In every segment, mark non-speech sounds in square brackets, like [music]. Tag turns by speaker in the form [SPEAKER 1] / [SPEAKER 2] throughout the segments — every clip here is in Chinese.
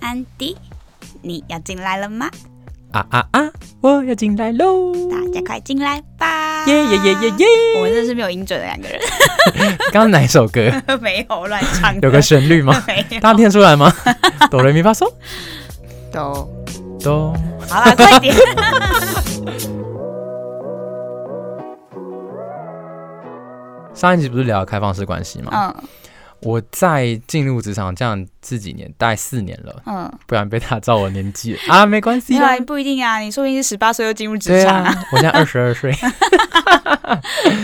[SPEAKER 1] 安迪，你要进来了吗？
[SPEAKER 2] 啊啊啊！我要进来喽！
[SPEAKER 1] 大家快进来吧！
[SPEAKER 2] 耶耶耶耶耶！
[SPEAKER 1] 我们真是没有音准的两个人， [laughs]
[SPEAKER 2] 刚刚哪一首歌？
[SPEAKER 1] 没有乱唱的，
[SPEAKER 2] 有个旋律吗？
[SPEAKER 1] [laughs] 没有
[SPEAKER 2] 大家听得出
[SPEAKER 1] [laughs]
[SPEAKER 2] 来吗？哆来咪发嗦
[SPEAKER 1] 都
[SPEAKER 2] 哆。
[SPEAKER 1] 好了，快
[SPEAKER 2] [laughs]
[SPEAKER 1] 点！
[SPEAKER 2] 上一集不是聊开放式关系吗？
[SPEAKER 1] 嗯
[SPEAKER 2] 我在进入职场这样这几年，大概四年了，
[SPEAKER 1] 嗯，
[SPEAKER 2] 不然被他照我年纪了
[SPEAKER 1] [laughs]
[SPEAKER 2] 啊，没关系
[SPEAKER 1] 没有
[SPEAKER 2] 啦
[SPEAKER 1] 啊，。不一定啊，你说不定是十八岁就进入职
[SPEAKER 2] 对
[SPEAKER 1] 场啊。
[SPEAKER 2] 啊，我现在二十二岁，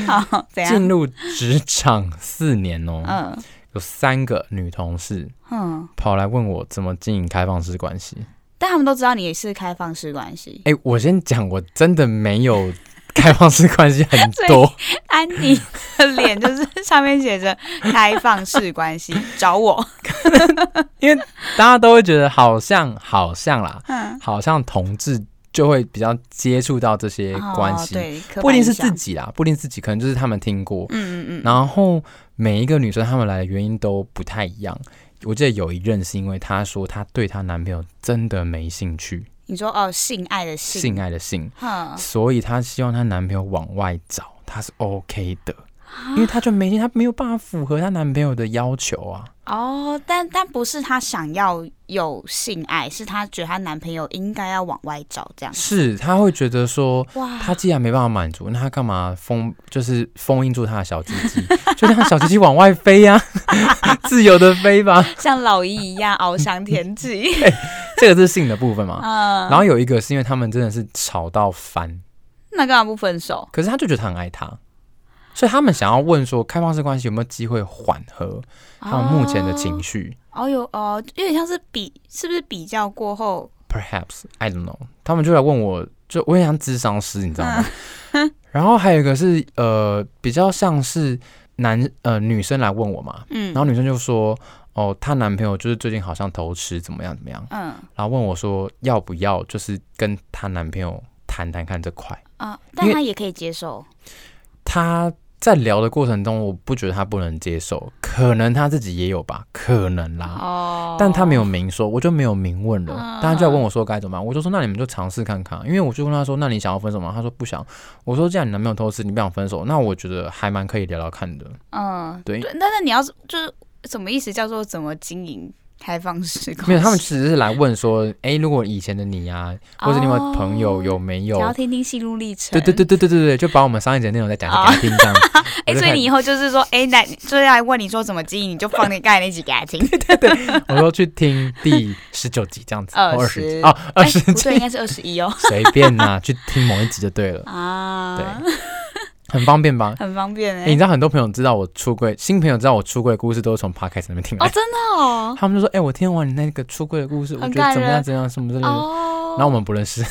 [SPEAKER 2] 啊
[SPEAKER 1] 好， [laughs] 怎样？
[SPEAKER 2] 进入职场四年哦，
[SPEAKER 1] 嗯
[SPEAKER 2] 有三个女同事
[SPEAKER 1] 嗯，
[SPEAKER 2] 跑来问我怎么经营开放式关系。
[SPEAKER 1] 但他们都知道你是开放式关系。
[SPEAKER 2] 哎、我先讲，我真的没有开放式关系很
[SPEAKER 1] 所以 [laughs]
[SPEAKER 2] 多，
[SPEAKER 1] 安妮
[SPEAKER 2] [laughs]
[SPEAKER 1] 的脸就是上面写着“开放式关系”， [laughs] 找我。
[SPEAKER 2] 大家都会觉得好像好像啦，
[SPEAKER 1] 嗯，
[SPEAKER 2] 好像同志就会比较接触到这些关系，
[SPEAKER 1] 哦、对，刻板
[SPEAKER 2] 不一定是自
[SPEAKER 1] 印象。
[SPEAKER 2] 己啦，不一定自己，可能就是他们听过。
[SPEAKER 1] 嗯嗯嗯，
[SPEAKER 2] 然后每一个女生她们来的原因都不太一样。我记得有一任是因为她说她对她男朋友真的没兴趣，
[SPEAKER 1] 你说哦，性爱的性，
[SPEAKER 2] 性爱的性，
[SPEAKER 1] 哼，
[SPEAKER 2] 所以她希望她男朋友往外找，她是 OK 的，因为她就没她没有办法符合她男朋友的要求啊。
[SPEAKER 1] 哦，但但不是她想要有性爱，是她觉得她男朋友应该要往外找这样。
[SPEAKER 2] 是，她会觉得说，
[SPEAKER 1] 哇，
[SPEAKER 2] 她既然没办法满足，那她干嘛封就是封印住她的小鸡鸡， [laughs] 就让小鸡鸡往外飞呀、 [laughs] 自由的飞吧。
[SPEAKER 1] [laughs] 像老姨一样翱翔天际。 [laughs]
[SPEAKER 2] 这个是性的部分嘛。
[SPEAKER 1] 嗯，
[SPEAKER 2] 然后有一个是因为他们真的是吵到翻，
[SPEAKER 1] 那干嘛不分手？
[SPEAKER 2] 可是他就觉得他很爱她，所以他们想要问说，开放式关系有没有机会缓和他们目前的情绪、
[SPEAKER 1] 哦有哦，有点像是比，是不是比较过后？
[SPEAKER 2] p e r h a p s I don't know。他们就来问我，就我也像智商师，你知道吗？然后还有一个是呃，比较像是男呃女生来问我嘛，
[SPEAKER 1] 嗯
[SPEAKER 2] 然后女生就说，哦，她男朋友就是最近好像偷吃，怎么样怎么样，
[SPEAKER 1] 嗯
[SPEAKER 2] 然后问我说要不要就是跟她男朋友谈谈看这块。
[SPEAKER 1] 啊，但
[SPEAKER 2] 因为
[SPEAKER 1] 她也可以接受。
[SPEAKER 2] 她在聊的过程中，我不觉得她不能接受，可能她自己也有吧，可能啦。
[SPEAKER 1] 哦，
[SPEAKER 2] 啊但她没有明说，我就没有明问了
[SPEAKER 1] 嗯。
[SPEAKER 2] 大家就来问我说该怎么办，我就说那你们就尝试看看，因为我就问她说那你想要分手吗？她说不想。我说既然你男朋友偷吃，你不想分手，那我觉得还蛮可以聊聊看的。
[SPEAKER 1] 嗯，
[SPEAKER 2] 对
[SPEAKER 1] 但但你要是就是什么意思？叫做怎么经营开放式关系？
[SPEAKER 2] 没有，他们只是来问说，诶，如果以前的你啊，
[SPEAKER 1] 哦
[SPEAKER 2] 或者另外朋友有没有
[SPEAKER 1] 想？要听听心路历程。
[SPEAKER 2] 对对对对对对对，就把我们上一节的内容再讲
[SPEAKER 1] 哦
[SPEAKER 2] 给他听这样子。
[SPEAKER 1] 哎、
[SPEAKER 2] 我就
[SPEAKER 1] 所以
[SPEAKER 2] 开
[SPEAKER 1] 你以后就是说，哎、那就是来问你说怎么经营，你就放你刚才那集啊给他听。
[SPEAKER 2] 我说去听第十九集这样子，
[SPEAKER 1] 20
[SPEAKER 2] 或20集哦，
[SPEAKER 1] [laughs]
[SPEAKER 2] 二十
[SPEAKER 1] 哎不
[SPEAKER 2] 集
[SPEAKER 1] 对，应该是二十一
[SPEAKER 2] [laughs]
[SPEAKER 1] 哦。
[SPEAKER 2] 随便呐、去听某一集就对了，
[SPEAKER 1] 啊，
[SPEAKER 2] 很方便吧？
[SPEAKER 1] 很方便哎、
[SPEAKER 2] 欸你知道很多朋友知道我出柜，新朋友知道我出柜的故事都是从 podcast 那边听来
[SPEAKER 1] 哦，
[SPEAKER 2] 的，
[SPEAKER 1] 真的哦，
[SPEAKER 2] 他们就说：“哎、我听完你那个出柜的故事，我
[SPEAKER 1] 很
[SPEAKER 2] 觉得
[SPEAKER 1] 感
[SPEAKER 2] 怎么
[SPEAKER 1] 人
[SPEAKER 2] 样怎么样什么之类的。
[SPEAKER 1] 哦，
[SPEAKER 2] 嗯然后我们不认识，你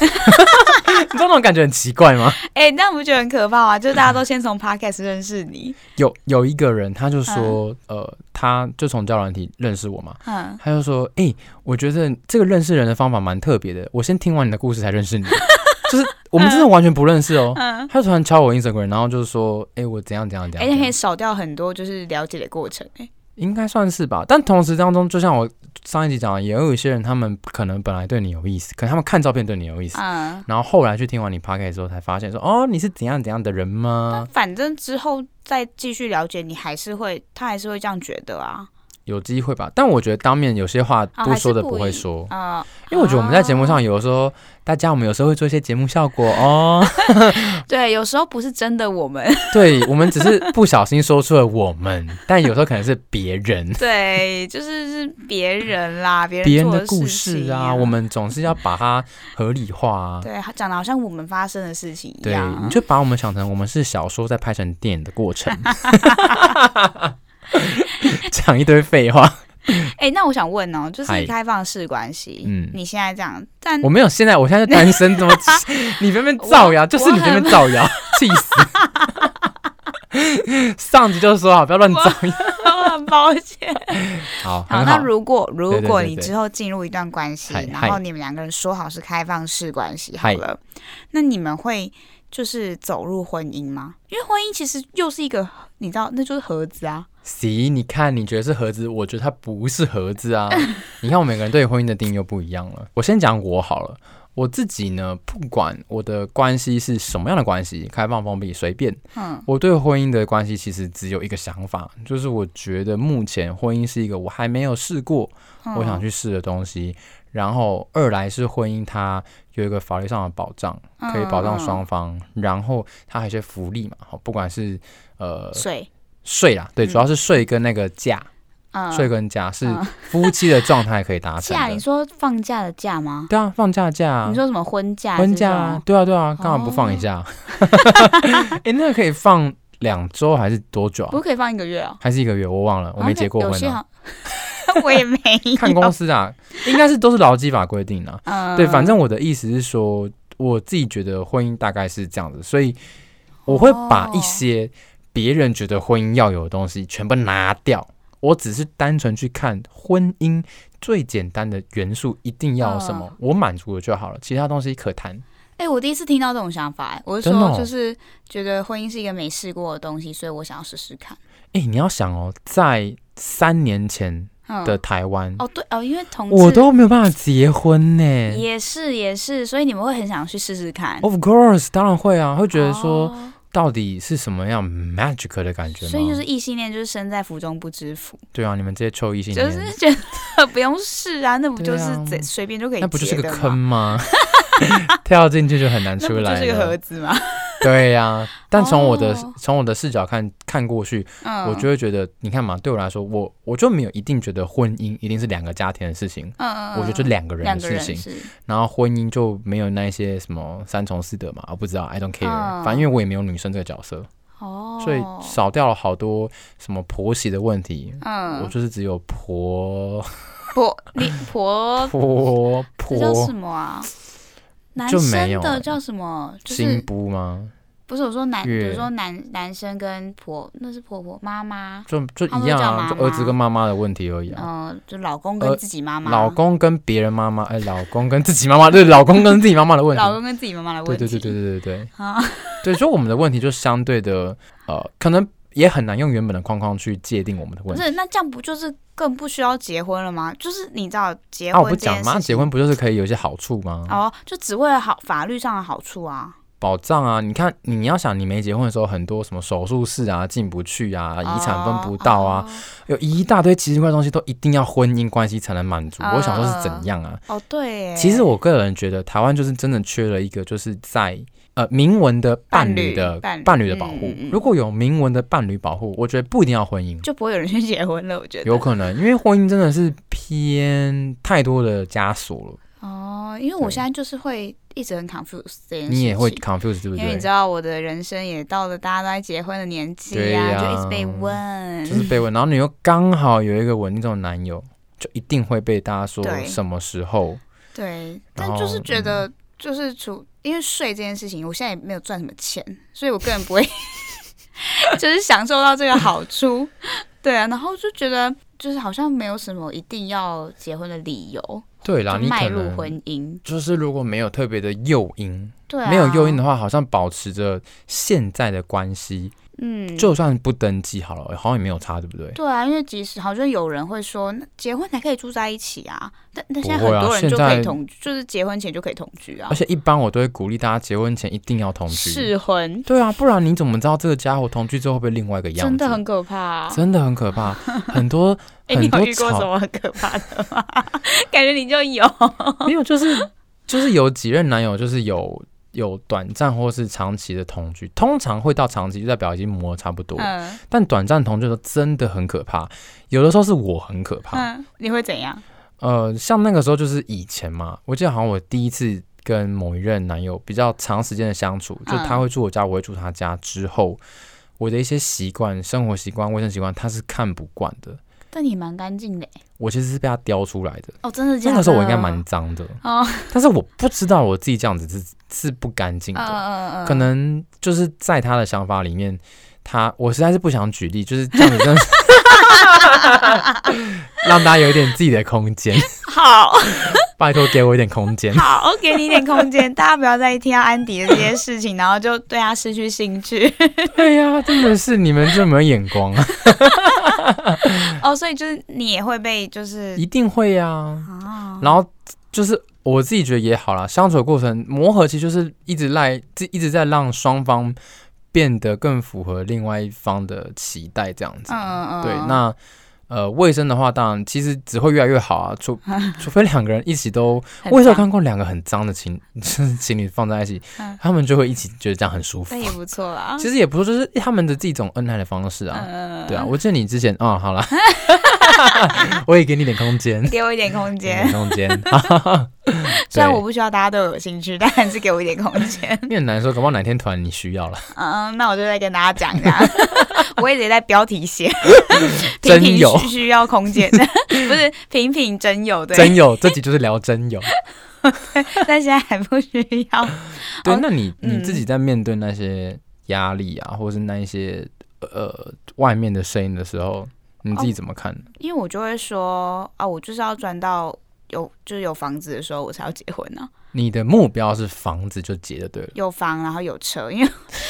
[SPEAKER 2] [laughs] 知道那种感觉很奇怪吗？
[SPEAKER 1] 哎、那不觉得很可怕啊吗？就是大家
[SPEAKER 2] 嗯
[SPEAKER 1] 都先从 podcast 认识你，
[SPEAKER 2] 有有一个人他就说，呃，他就从交友软体认识我嘛，
[SPEAKER 1] 嗯，
[SPEAKER 2] 他就说：“哎、我觉得这个认识人的方法蛮特别的，我先听完你的故事才认识你。” [laughs] 就是我们真的完全不认识哦。他就突然敲我 Instagram，然后就是说：“哎、我怎样怎样
[SPEAKER 1] 嗯
[SPEAKER 2] 怎
[SPEAKER 1] 哎、
[SPEAKER 2] 样。
[SPEAKER 1] 那
[SPEAKER 2] 怎
[SPEAKER 1] 可
[SPEAKER 2] 样
[SPEAKER 1] 以少掉很多就是了解的过程、哎，
[SPEAKER 2] 应该算是吧。但同时当中，就像我上一集讲的，也有一些人，他们可能本来对你有意思，可能他们看照片对你有意思，
[SPEAKER 1] 嗯，
[SPEAKER 2] 然后后来去听完你 p o c a s t 之后，才发现说：“哦，你是怎样怎样的人
[SPEAKER 1] 那
[SPEAKER 2] 吗
[SPEAKER 1] 反正之后再继续了解，你还是会，他还是会这样觉得啊，？”
[SPEAKER 2] 有机会吧。但我觉得当面有些话
[SPEAKER 1] 哦
[SPEAKER 2] 不说的
[SPEAKER 1] 还是
[SPEAKER 2] 不
[SPEAKER 1] 故意
[SPEAKER 2] 会说。
[SPEAKER 1] 啊、
[SPEAKER 2] 因为我觉得我们在节目上有时候，大家我们有时候会做一些节目效果
[SPEAKER 1] [laughs]
[SPEAKER 2] 哦，
[SPEAKER 1] 对，有时候不是真的我们， [laughs]
[SPEAKER 2] 对，我们只是不小心说出了我们，但有时候可能是别人
[SPEAKER 1] 对，就是是别人啦，别
[SPEAKER 2] 别
[SPEAKER 1] 人
[SPEAKER 2] 人
[SPEAKER 1] 做
[SPEAKER 2] 的故
[SPEAKER 1] 事
[SPEAKER 2] 事
[SPEAKER 1] 情
[SPEAKER 2] 啊，我们总是要把它合理化啊。
[SPEAKER 1] 对他讲的好像我们发生的事情一
[SPEAKER 2] 对，你
[SPEAKER 1] 样。
[SPEAKER 2] 就把我们想成我们是小说在拍成电影的过程， [laughs] 讲一堆废话。
[SPEAKER 1] 哎、那我想问哦，就是
[SPEAKER 2] 嗨
[SPEAKER 1] 开放式关系，
[SPEAKER 2] 嗯
[SPEAKER 1] 你现在这样，但 [laughs]
[SPEAKER 2] 我没有，现在我现在是单身，怎么 [laughs] 你这边造谣？就是你这边造谣，气死！上集就说好，不要乱造谣。
[SPEAKER 1] 我很哦抱歉。
[SPEAKER 2] 好，
[SPEAKER 1] 好，
[SPEAKER 2] 很
[SPEAKER 1] 那
[SPEAKER 2] 好。
[SPEAKER 1] 如果如
[SPEAKER 2] 对对
[SPEAKER 1] 果
[SPEAKER 2] 对
[SPEAKER 1] 你
[SPEAKER 2] 对
[SPEAKER 1] 之后进入一段关系
[SPEAKER 2] 嗨，
[SPEAKER 1] 然
[SPEAKER 2] 嗨
[SPEAKER 1] 后你们两个人说好是开放式关系好
[SPEAKER 2] 嗨
[SPEAKER 1] 了，那你们会就是走入婚姻吗？因为婚姻其实又是一个，你知道，那就是盒子啊，
[SPEAKER 2] 行，你看你觉得是盒子，我觉得它不是盒子啊。你看我每个人对婚姻的定义又不一样了。我先讲我好了，我自己呢，不管我的关系是什么样的关系，开放、封闭，随便，
[SPEAKER 1] 嗯
[SPEAKER 2] 我对婚姻的关系其实只有一个想法，就是我觉得目前婚姻是一个我还没有试过，
[SPEAKER 1] 嗯
[SPEAKER 2] 我想去试的东西。然后二来是婚姻，它有一个法律上的保障，
[SPEAKER 1] 嗯
[SPEAKER 2] 可以保障双方。然后它还有一些福利嘛，好，不管是呃
[SPEAKER 1] 睡，
[SPEAKER 2] 税啦，
[SPEAKER 1] 嗯
[SPEAKER 2] 对，主要是税跟那个假，
[SPEAKER 1] 嗯，
[SPEAKER 2] 税跟假是
[SPEAKER 1] 嗯
[SPEAKER 2] 夫妻的状态可
[SPEAKER 1] [laughs]
[SPEAKER 2] 以达成
[SPEAKER 1] 假，你
[SPEAKER 2] 的。
[SPEAKER 1] 说放假的假吗？
[SPEAKER 2] 对啊，放假假啊
[SPEAKER 1] 你，说什么婚假？
[SPEAKER 2] 婚假啊，？对啊对啊，干嘛不放一下？
[SPEAKER 1] 哦
[SPEAKER 2] [laughs] 哎、那个可以放两周还是多久啊
[SPEAKER 1] 不？是可以放一个月哦？
[SPEAKER 2] 还是一个月，我忘了，我
[SPEAKER 1] 好
[SPEAKER 2] 没
[SPEAKER 1] 像
[SPEAKER 2] 结过
[SPEAKER 1] 有
[SPEAKER 2] 婚
[SPEAKER 1] 些
[SPEAKER 2] 啊。
[SPEAKER 1] 好， [laughs] 我也没有
[SPEAKER 2] 看公司啊，应该是都是劳基法规定啊。
[SPEAKER 1] 嗯
[SPEAKER 2] 对，反正我的意思是说，我自己觉得婚姻大概是这样子，所以我会把一
[SPEAKER 1] 哦
[SPEAKER 2] 些别人觉得婚姻要有的东西全部拿掉。我只是单纯去看婚姻最简单的元素一定要有什么，
[SPEAKER 1] 嗯
[SPEAKER 2] 我满足了就好了，其他东西可谈。
[SPEAKER 1] 哎、我第一次听到这种想法、哎，我是
[SPEAKER 2] 真的
[SPEAKER 1] 说
[SPEAKER 2] 哦，
[SPEAKER 1] 就是觉得婚姻是一个没试过的东西，所以我想要试试看。
[SPEAKER 2] 哎、你要想哦，在三年前
[SPEAKER 1] 嗯，
[SPEAKER 2] 的台湾，
[SPEAKER 1] 哦，对哦，因为同志
[SPEAKER 2] 我都没有办法结婚呢、
[SPEAKER 1] 也是也是，所以你们会很想去试试看，
[SPEAKER 2] Of course，当然会啊，会哦觉得说
[SPEAKER 1] 哦
[SPEAKER 2] 到底是什么样 magic 的感觉吗？
[SPEAKER 1] 所以就是异性恋，就是身在福中不知福，
[SPEAKER 2] 对啊，你们这些臭异性
[SPEAKER 1] 就
[SPEAKER 2] 恋，
[SPEAKER 1] 是觉得 [laughs] 不用试啊，那不就
[SPEAKER 2] 对
[SPEAKER 1] 是
[SPEAKER 2] 啊
[SPEAKER 1] 随随便就可以
[SPEAKER 2] 那不就是
[SPEAKER 1] 结
[SPEAKER 2] 个
[SPEAKER 1] 的吗
[SPEAKER 2] 坑？吗？ [laughs] 跳进去就很难
[SPEAKER 1] 那
[SPEAKER 2] 出
[SPEAKER 1] 不就
[SPEAKER 2] 来
[SPEAKER 1] 是个盒
[SPEAKER 2] 了。
[SPEAKER 1] 子吗？
[SPEAKER 2] 对呀、但从我的
[SPEAKER 1] 哦
[SPEAKER 2] 从、我的视角看看过去，
[SPEAKER 1] 嗯，
[SPEAKER 2] [laughs] 我就会觉得，你看嘛，对我来说，我我就没有一定觉得婚姻一定是两个家庭的事情，
[SPEAKER 1] 嗯，嗯，嗯
[SPEAKER 2] 我觉得就两个人
[SPEAKER 1] 两个
[SPEAKER 2] 的事
[SPEAKER 1] 人
[SPEAKER 2] 情，
[SPEAKER 1] 是
[SPEAKER 2] 然后婚姻就没有那些什么三从四德嘛，我不知道，I don't care，、
[SPEAKER 1] 嗯
[SPEAKER 2] 反正因为我也没有女生这个角色，
[SPEAKER 1] 哦，
[SPEAKER 2] 所以少掉了好多什么婆媳的问题。我
[SPEAKER 1] 嗯，
[SPEAKER 2] 就是只有婆
[SPEAKER 1] 婆你婆
[SPEAKER 2] 婆
[SPEAKER 1] 呃这叫什
[SPEAKER 2] 婆
[SPEAKER 1] 么啊？男
[SPEAKER 2] 就没
[SPEAKER 1] 生
[SPEAKER 2] 有
[SPEAKER 1] 的
[SPEAKER 2] 欸
[SPEAKER 1] 叫什么？就
[SPEAKER 2] 新
[SPEAKER 1] 是
[SPEAKER 2] 不吗？
[SPEAKER 1] 不是我说男，
[SPEAKER 2] 月
[SPEAKER 1] 比如说男男生跟婆，那是婆婆妈妈，
[SPEAKER 2] 就就
[SPEAKER 1] 他们
[SPEAKER 2] 一
[SPEAKER 1] 都
[SPEAKER 2] 样
[SPEAKER 1] 叫
[SPEAKER 2] 啊，
[SPEAKER 1] 妈
[SPEAKER 2] 就儿子
[SPEAKER 1] 妈
[SPEAKER 2] 跟妈妈的问题而已啊。
[SPEAKER 1] 嗯、就老公跟
[SPEAKER 2] 呃
[SPEAKER 1] 自己嗯妈妈，
[SPEAKER 2] 老公跟别人妈妈，哎，老公跟自己妈妈，对，老公跟自己妈妈的问
[SPEAKER 1] [laughs]
[SPEAKER 2] 题
[SPEAKER 1] 老。公跟自己妈妈的
[SPEAKER 2] 对
[SPEAKER 1] 问
[SPEAKER 2] 对
[SPEAKER 1] 题，
[SPEAKER 2] 对对对对对 [laughs]
[SPEAKER 1] 啊，
[SPEAKER 2] 对，所以我们的问题就相对的，呃，可能也很难用原本的框框去界定我们的
[SPEAKER 1] 不
[SPEAKER 2] 问题。
[SPEAKER 1] 是那这样不就是更不需要结婚了吗？就是你知道结
[SPEAKER 2] 啊，
[SPEAKER 1] 婚
[SPEAKER 2] 我不
[SPEAKER 1] 这件
[SPEAKER 2] 讲
[SPEAKER 1] 事情、
[SPEAKER 2] 嘛，结婚不就是可以有一些好处吗？
[SPEAKER 1] 哦，就只为了好法律上的好处啊，
[SPEAKER 2] 保障啊，你看，你要想你没结婚的时候，很多什么手术室
[SPEAKER 1] 哦
[SPEAKER 2] 啊进不去啊，遗产分不到啊，有一大堆奇奇怪怪的东西都一定要婚姻关系才能满足。我想说是
[SPEAKER 1] 嗯嗯
[SPEAKER 2] 怎样啊？
[SPEAKER 1] 哦，哦对耶，
[SPEAKER 2] 其实我个人觉得，台湾就是真的缺了一个，就是在呃明文的伴侣的
[SPEAKER 1] 伴侣
[SPEAKER 2] 伴侣的保护
[SPEAKER 1] 嗯嗯嗯。
[SPEAKER 2] 如果有明文的伴侣保护，我觉得不一定要婚姻，
[SPEAKER 1] 就不会有人去结婚了，我觉得
[SPEAKER 2] 有可能因为婚姻真的是偏太多的枷锁了，
[SPEAKER 1] 哦，因为我
[SPEAKER 2] 对
[SPEAKER 1] 现在就是会一直很 confused 这件事情，
[SPEAKER 2] 你也会 confuse 对不
[SPEAKER 1] 因为你知
[SPEAKER 2] 对？
[SPEAKER 1] 道我的人生也到了大家都在结婚的年纪
[SPEAKER 2] 对
[SPEAKER 1] 呀、
[SPEAKER 2] 呀
[SPEAKER 1] 就一直被问，
[SPEAKER 2] 就是被问，然后你又刚好有一个稳定这种男友，就一定会被大家说
[SPEAKER 1] 对
[SPEAKER 2] 什么时候？
[SPEAKER 1] 对，
[SPEAKER 2] 然
[SPEAKER 1] 但就是
[SPEAKER 2] 后嗯
[SPEAKER 1] 觉得就是除、因为税这件事情，我现在也没有赚什么钱，所以我个人不会 [laughs] 就是享受到这个好处，对啊，然后就觉得就是好像没有什么一定要结婚的理由，
[SPEAKER 2] 对
[SPEAKER 1] 就
[SPEAKER 2] 啦，你
[SPEAKER 1] 迈
[SPEAKER 2] 可
[SPEAKER 1] 入
[SPEAKER 2] 能
[SPEAKER 1] 婚姻，
[SPEAKER 2] 就是如果没有特别的诱因，
[SPEAKER 1] 对、啊，
[SPEAKER 2] 没有诱因的，话，好像保持着现在的关系，
[SPEAKER 1] 嗯，
[SPEAKER 2] 就算不登记好了，好像也没有差，对不对？
[SPEAKER 1] 对啊，因为即使好像有人会说，那结婚才可以住在一起啊，但但现在
[SPEAKER 2] 不会
[SPEAKER 1] 很
[SPEAKER 2] 啊
[SPEAKER 1] 多人
[SPEAKER 2] 现
[SPEAKER 1] 就可以
[SPEAKER 2] 在
[SPEAKER 1] 同，就是结婚前就可以同居啊
[SPEAKER 2] 而，且一般我都会鼓励大家结婚前一定要同居。，
[SPEAKER 1] 试婚
[SPEAKER 2] 对啊，不然你怎么知道这个家伙同居之后会不会另外一个样
[SPEAKER 1] 真
[SPEAKER 2] 子？
[SPEAKER 1] 的很可怕、啊。
[SPEAKER 2] 真的很可
[SPEAKER 1] [laughs]
[SPEAKER 2] 怕，很多
[SPEAKER 1] 哎、你
[SPEAKER 2] 很
[SPEAKER 1] 有
[SPEAKER 2] 多
[SPEAKER 1] 遇过什
[SPEAKER 2] 吵，
[SPEAKER 1] 么很可怕的吗？ [laughs] 感觉你就有。
[SPEAKER 2] 没有就是就是有几任男友就是有有短暂或是长期的同居，通常会到长期就代表已经磨得差不多，
[SPEAKER 1] 嗯
[SPEAKER 2] 但短暂同居的时候真的很可怕，有的时候是我很可怕，
[SPEAKER 1] 嗯，你会怎样？
[SPEAKER 2] 呃，像那个时候就是以前嘛，我记得好像我第一次跟某一任男友比较长时间的相处，就他
[SPEAKER 1] 嗯
[SPEAKER 2] 会住我家，我会住他家之后，我的一些习惯、生活习惯、卫生习惯，他是看不惯的。
[SPEAKER 1] 但你蛮干净的欸、
[SPEAKER 2] 我其实是被他雕出来的，
[SPEAKER 1] 哦，真的假
[SPEAKER 2] 那
[SPEAKER 1] 的？
[SPEAKER 2] 个时候我应该蛮脏的，
[SPEAKER 1] 哦，
[SPEAKER 2] 但是我不知道我自己这样子是是不干净
[SPEAKER 1] 嗯
[SPEAKER 2] 的，
[SPEAKER 1] 嗯嗯，
[SPEAKER 2] 可能就是在他的想法里面，他我实在是不想举例，就是这样子，真的是 [laughs] 让大家有一点自己的空间。
[SPEAKER 1] 好，。
[SPEAKER 2] 拜托给我一点空间
[SPEAKER 1] 好，我给你一点空间，大家不要再听到安迪的这些事情，然后就对他失去兴
[SPEAKER 2] [laughs]
[SPEAKER 1] 趣。
[SPEAKER 2] 对呀、真的是你们这没有眼光
[SPEAKER 1] [laughs]
[SPEAKER 2] 啊！
[SPEAKER 1] 哦，所以就是你也会被就是
[SPEAKER 2] 一定会呀、
[SPEAKER 1] 啊，
[SPEAKER 2] 然后就是我自己觉得也好啦，相处的过程磨合其实就是一直赖，一直在让双方变得更符合另外一方的期待这样子。
[SPEAKER 1] 嗯
[SPEAKER 2] 对，那呃卫生的话，当然其实只会越来越好啊，
[SPEAKER 1] [laughs]
[SPEAKER 2] 除除非两个人一起都，我也是有看过两个很脏的情 [laughs] 就是情侣放在一起
[SPEAKER 1] 嗯，
[SPEAKER 2] 他们就会一起觉得这样很舒 [laughs] 服
[SPEAKER 1] 那。也不错啦。
[SPEAKER 2] 其实也不错，就是他们的这种恩爱的方式啊。
[SPEAKER 1] 嗯，
[SPEAKER 2] [laughs] 对啊，我记得你之前哦，好啦， [laughs]
[SPEAKER 1] [laughs]
[SPEAKER 2] 我也给你点空间，
[SPEAKER 1] 给我一点空
[SPEAKER 2] 给你
[SPEAKER 1] 间
[SPEAKER 2] 点。空间。
[SPEAKER 1] [laughs]
[SPEAKER 2] [laughs]
[SPEAKER 1] 虽然
[SPEAKER 2] 嗯对
[SPEAKER 1] 我不需要大家对我有兴趣，但还是给我一点空
[SPEAKER 2] [laughs]
[SPEAKER 1] 间。
[SPEAKER 2] 因为很难说，搞不好哪天突然你需要了，
[SPEAKER 1] 嗯，那我就再跟大家讲一
[SPEAKER 2] [laughs]
[SPEAKER 1] 下，我也得在标题写，
[SPEAKER 2] 真
[SPEAKER 1] 频频
[SPEAKER 2] 有
[SPEAKER 1] 需需要空
[SPEAKER 2] [laughs]
[SPEAKER 1] 间，不是频频真有对，哦
[SPEAKER 2] 真有这集就是聊真有。
[SPEAKER 1] 但现在还不需要。
[SPEAKER 2] 对，
[SPEAKER 1] 哦
[SPEAKER 2] 那你你
[SPEAKER 1] 嗯
[SPEAKER 2] 自己在面对那些压力啊，或者是那一些呃外面的声音的时候，你自己怎么看？
[SPEAKER 1] 因为我就会说啊，我就是要赚到有就是有房子的时候，我才要结婚呢、
[SPEAKER 2] 你的目标是房子就结就对了，
[SPEAKER 1] 有房然后有车，因为 [laughs]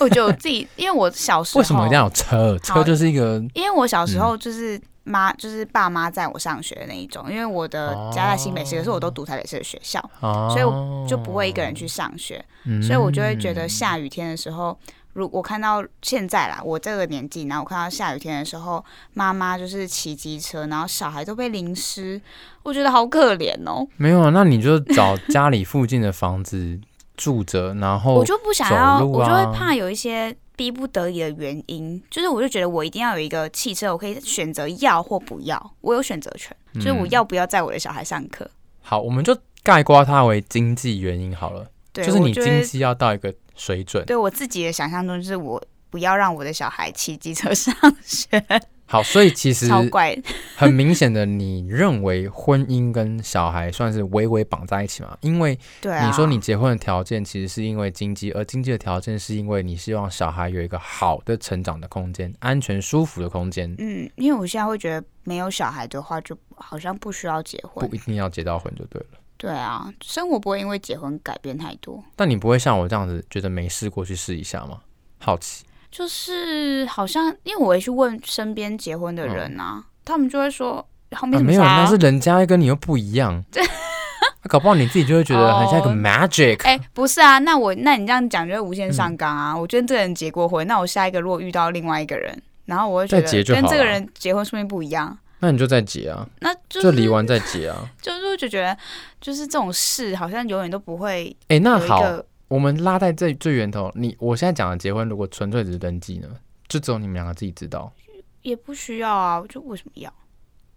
[SPEAKER 1] 我觉得我自己，因为我小时候
[SPEAKER 2] 为什么一定要有车？车就是一个
[SPEAKER 1] 因为我小时
[SPEAKER 2] 嗯
[SPEAKER 1] 候就是妈、就是爸妈载我上学的那一种，因为我的家在新北市，可是
[SPEAKER 2] 哦
[SPEAKER 1] 我都读台北市的学校，
[SPEAKER 2] 啊，
[SPEAKER 1] 所以我就不会一个人去上学，
[SPEAKER 2] 嗯
[SPEAKER 1] 所以我就会觉得下雨天的时候。如我看到现在啦，我这个年纪，然后我看到下雨天的时候，妈妈就是骑机车，然后小孩都被淋湿，我觉得好可怜哦、
[SPEAKER 2] 没有啊，那你就找家里附近的房子住着，然后
[SPEAKER 1] 我就不想
[SPEAKER 2] 哦走
[SPEAKER 1] 要，
[SPEAKER 2] 路
[SPEAKER 1] 我就
[SPEAKER 2] 啊
[SPEAKER 1] 会怕有一些逼不得已的原因，就是我就觉得我一定要有一个汽车，我可以选择要或不要，我有选择权，就是我
[SPEAKER 2] 嗯
[SPEAKER 1] 要不要载我的小孩上课。
[SPEAKER 2] 好，我们就概括它为经济原因好了，
[SPEAKER 1] 对，
[SPEAKER 2] 就是你
[SPEAKER 1] 我就
[SPEAKER 2] 经
[SPEAKER 1] 会
[SPEAKER 2] 济要到一个水准。
[SPEAKER 1] 对我自己的想象中，就是我不要让我的小孩骑机车 [laughs] 上学，
[SPEAKER 2] 好，所以其实
[SPEAKER 1] 超怪。
[SPEAKER 2] [laughs] 很明显的，你认为婚姻跟小孩算是微微绑在一起嘛？因为
[SPEAKER 1] 对啊，
[SPEAKER 2] 你说你结婚的条件其实是因为经济，而经济的条件是因为你希望小孩有一个好的成长的空间、安全舒服的空间，
[SPEAKER 1] 嗯，因为我现在会觉得没有小孩的话，就好像不需要结
[SPEAKER 2] 不
[SPEAKER 1] 婚。
[SPEAKER 2] 一定要结到婚就对了。
[SPEAKER 1] 对啊，生活不会因为结婚改变太多。
[SPEAKER 2] 但你不会像我这样子觉得没试过去试一下吗？好奇，
[SPEAKER 1] 就是好像，因为我会去问身边结婚的人啊，他们就会说后面
[SPEAKER 2] 哦啊、
[SPEAKER 1] 怎么
[SPEAKER 2] 没有，
[SPEAKER 1] 差啊
[SPEAKER 2] 那是人家跟你又不一
[SPEAKER 1] [laughs]
[SPEAKER 2] 样，啊搞不好你自己就会觉得很像一个
[SPEAKER 1] 哦
[SPEAKER 2] magic。
[SPEAKER 1] 哎、不是啊，那我那你这样讲就会无限
[SPEAKER 2] 嗯
[SPEAKER 1] 上纲啊。我觉得这个人结过婚，那我下一个如果遇到另外一个人，然后我会觉
[SPEAKER 2] 再
[SPEAKER 1] 得
[SPEAKER 2] 结就好啊
[SPEAKER 1] 跟这个人结婚说明不一样，
[SPEAKER 2] 那你就再结啊，
[SPEAKER 1] 那就是
[SPEAKER 2] 就离完再结啊。
[SPEAKER 1] [laughs] 就是就觉得就是这种事好像永远都不会
[SPEAKER 2] 哎、那
[SPEAKER 1] 有一
[SPEAKER 2] 好，
[SPEAKER 1] 个
[SPEAKER 2] 我们拉在最最源头，你我现在讲的结婚，如果纯粹只是登记呢，就只有你们两个自己知道。
[SPEAKER 1] 也不需要啊，我就为什么要？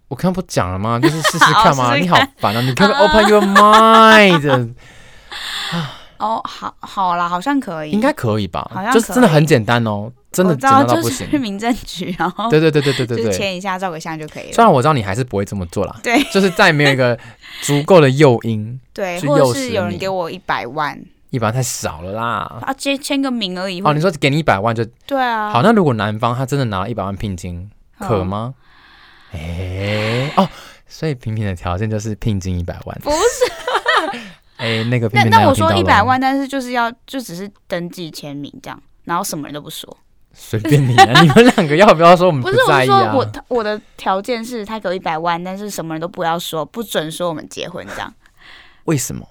[SPEAKER 2] 我刚刚不讲了吗？就是试试
[SPEAKER 1] [laughs]
[SPEAKER 2] 看
[SPEAKER 1] 哦
[SPEAKER 2] 嘛。
[SPEAKER 1] 试试看
[SPEAKER 2] 你好烦啊！
[SPEAKER 1] [laughs]
[SPEAKER 2] 你可不可以 open your mind？
[SPEAKER 1] 哦，好好啦，好像可以，
[SPEAKER 2] 应该可以吧
[SPEAKER 1] 好？像
[SPEAKER 2] 就是真的
[SPEAKER 1] 可以
[SPEAKER 2] 很简单哦，真的
[SPEAKER 1] 我知
[SPEAKER 2] 简
[SPEAKER 1] 道
[SPEAKER 2] 单到不
[SPEAKER 1] 就 [laughs]
[SPEAKER 2] 行。
[SPEAKER 1] 是民政局，然后
[SPEAKER 2] 对对对对对对
[SPEAKER 1] 就是
[SPEAKER 2] 对。
[SPEAKER 1] 签一下照个相就可以了
[SPEAKER 2] 虽。然我知道你还是不会这么做啦，
[SPEAKER 1] 对，
[SPEAKER 2] 就是再没有一个足够的诱因，
[SPEAKER 1] 对，
[SPEAKER 2] 去
[SPEAKER 1] 或
[SPEAKER 2] 诱
[SPEAKER 1] 者
[SPEAKER 2] 使
[SPEAKER 1] 是有
[SPEAKER 2] 你
[SPEAKER 1] 人给我一百万
[SPEAKER 2] 一般太少了啦。
[SPEAKER 1] 啊，签签个名而已。
[SPEAKER 2] 哦，
[SPEAKER 1] 或
[SPEAKER 2] 你说给你一百万就
[SPEAKER 1] 对啊，
[SPEAKER 2] 好，那如果男方他真的拿了一百万聘金，
[SPEAKER 1] 嗯
[SPEAKER 2] 可？吗？哎、哦，所以平平的条件就是聘金一百万。
[SPEAKER 1] 不是，
[SPEAKER 2] [laughs] 哎、那个平
[SPEAKER 1] 那
[SPEAKER 2] 平
[SPEAKER 1] 那
[SPEAKER 2] 男友
[SPEAKER 1] 我
[SPEAKER 2] 听到
[SPEAKER 1] 说
[SPEAKER 2] 哦了
[SPEAKER 1] 一
[SPEAKER 2] 吗
[SPEAKER 1] 百，万，但是就是要就只是登记签名这样，然后什么人都不说。
[SPEAKER 2] 随便你啊！你们两个要不要说我们
[SPEAKER 1] 不是，我
[SPEAKER 2] 在
[SPEAKER 1] 是
[SPEAKER 2] 意
[SPEAKER 1] 说
[SPEAKER 2] 啊？
[SPEAKER 1] 我他我的条件是他给我一百万，但是什么人都不要说，不准说我们结婚这样。
[SPEAKER 2] 为什么？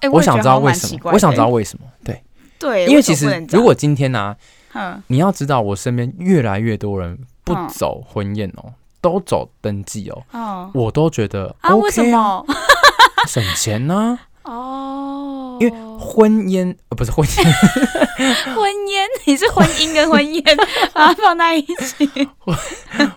[SPEAKER 1] 哎，
[SPEAKER 2] 我
[SPEAKER 1] 也
[SPEAKER 2] 想
[SPEAKER 1] 觉
[SPEAKER 2] 知
[SPEAKER 1] 得
[SPEAKER 2] 道
[SPEAKER 1] 好像
[SPEAKER 2] 为
[SPEAKER 1] 蛮
[SPEAKER 2] 什
[SPEAKER 1] 奇
[SPEAKER 2] 么，
[SPEAKER 1] 怪
[SPEAKER 2] 我想
[SPEAKER 1] 的哎
[SPEAKER 2] 知道为什么。对，
[SPEAKER 1] 对，
[SPEAKER 2] 因为
[SPEAKER 1] 什
[SPEAKER 2] 其
[SPEAKER 1] 么不
[SPEAKER 2] 实
[SPEAKER 1] 能这
[SPEAKER 2] 如
[SPEAKER 1] 样
[SPEAKER 2] 果今天呢、啊，
[SPEAKER 1] 嗯
[SPEAKER 2] 你要知道，我身边越来越多人不
[SPEAKER 1] 嗯
[SPEAKER 2] 走婚宴哦，都走登记哦，
[SPEAKER 1] 哦
[SPEAKER 2] 我都觉得
[SPEAKER 1] 啊，为什
[SPEAKER 2] OK 啊，
[SPEAKER 1] 么？
[SPEAKER 2] 省钱啊呢、
[SPEAKER 1] 哦，
[SPEAKER 2] 因为婚宴呃不是婚宴，
[SPEAKER 1] 婚姻， [laughs] 你是婚姻跟婚宴把它放在一起，
[SPEAKER 2] [laughs]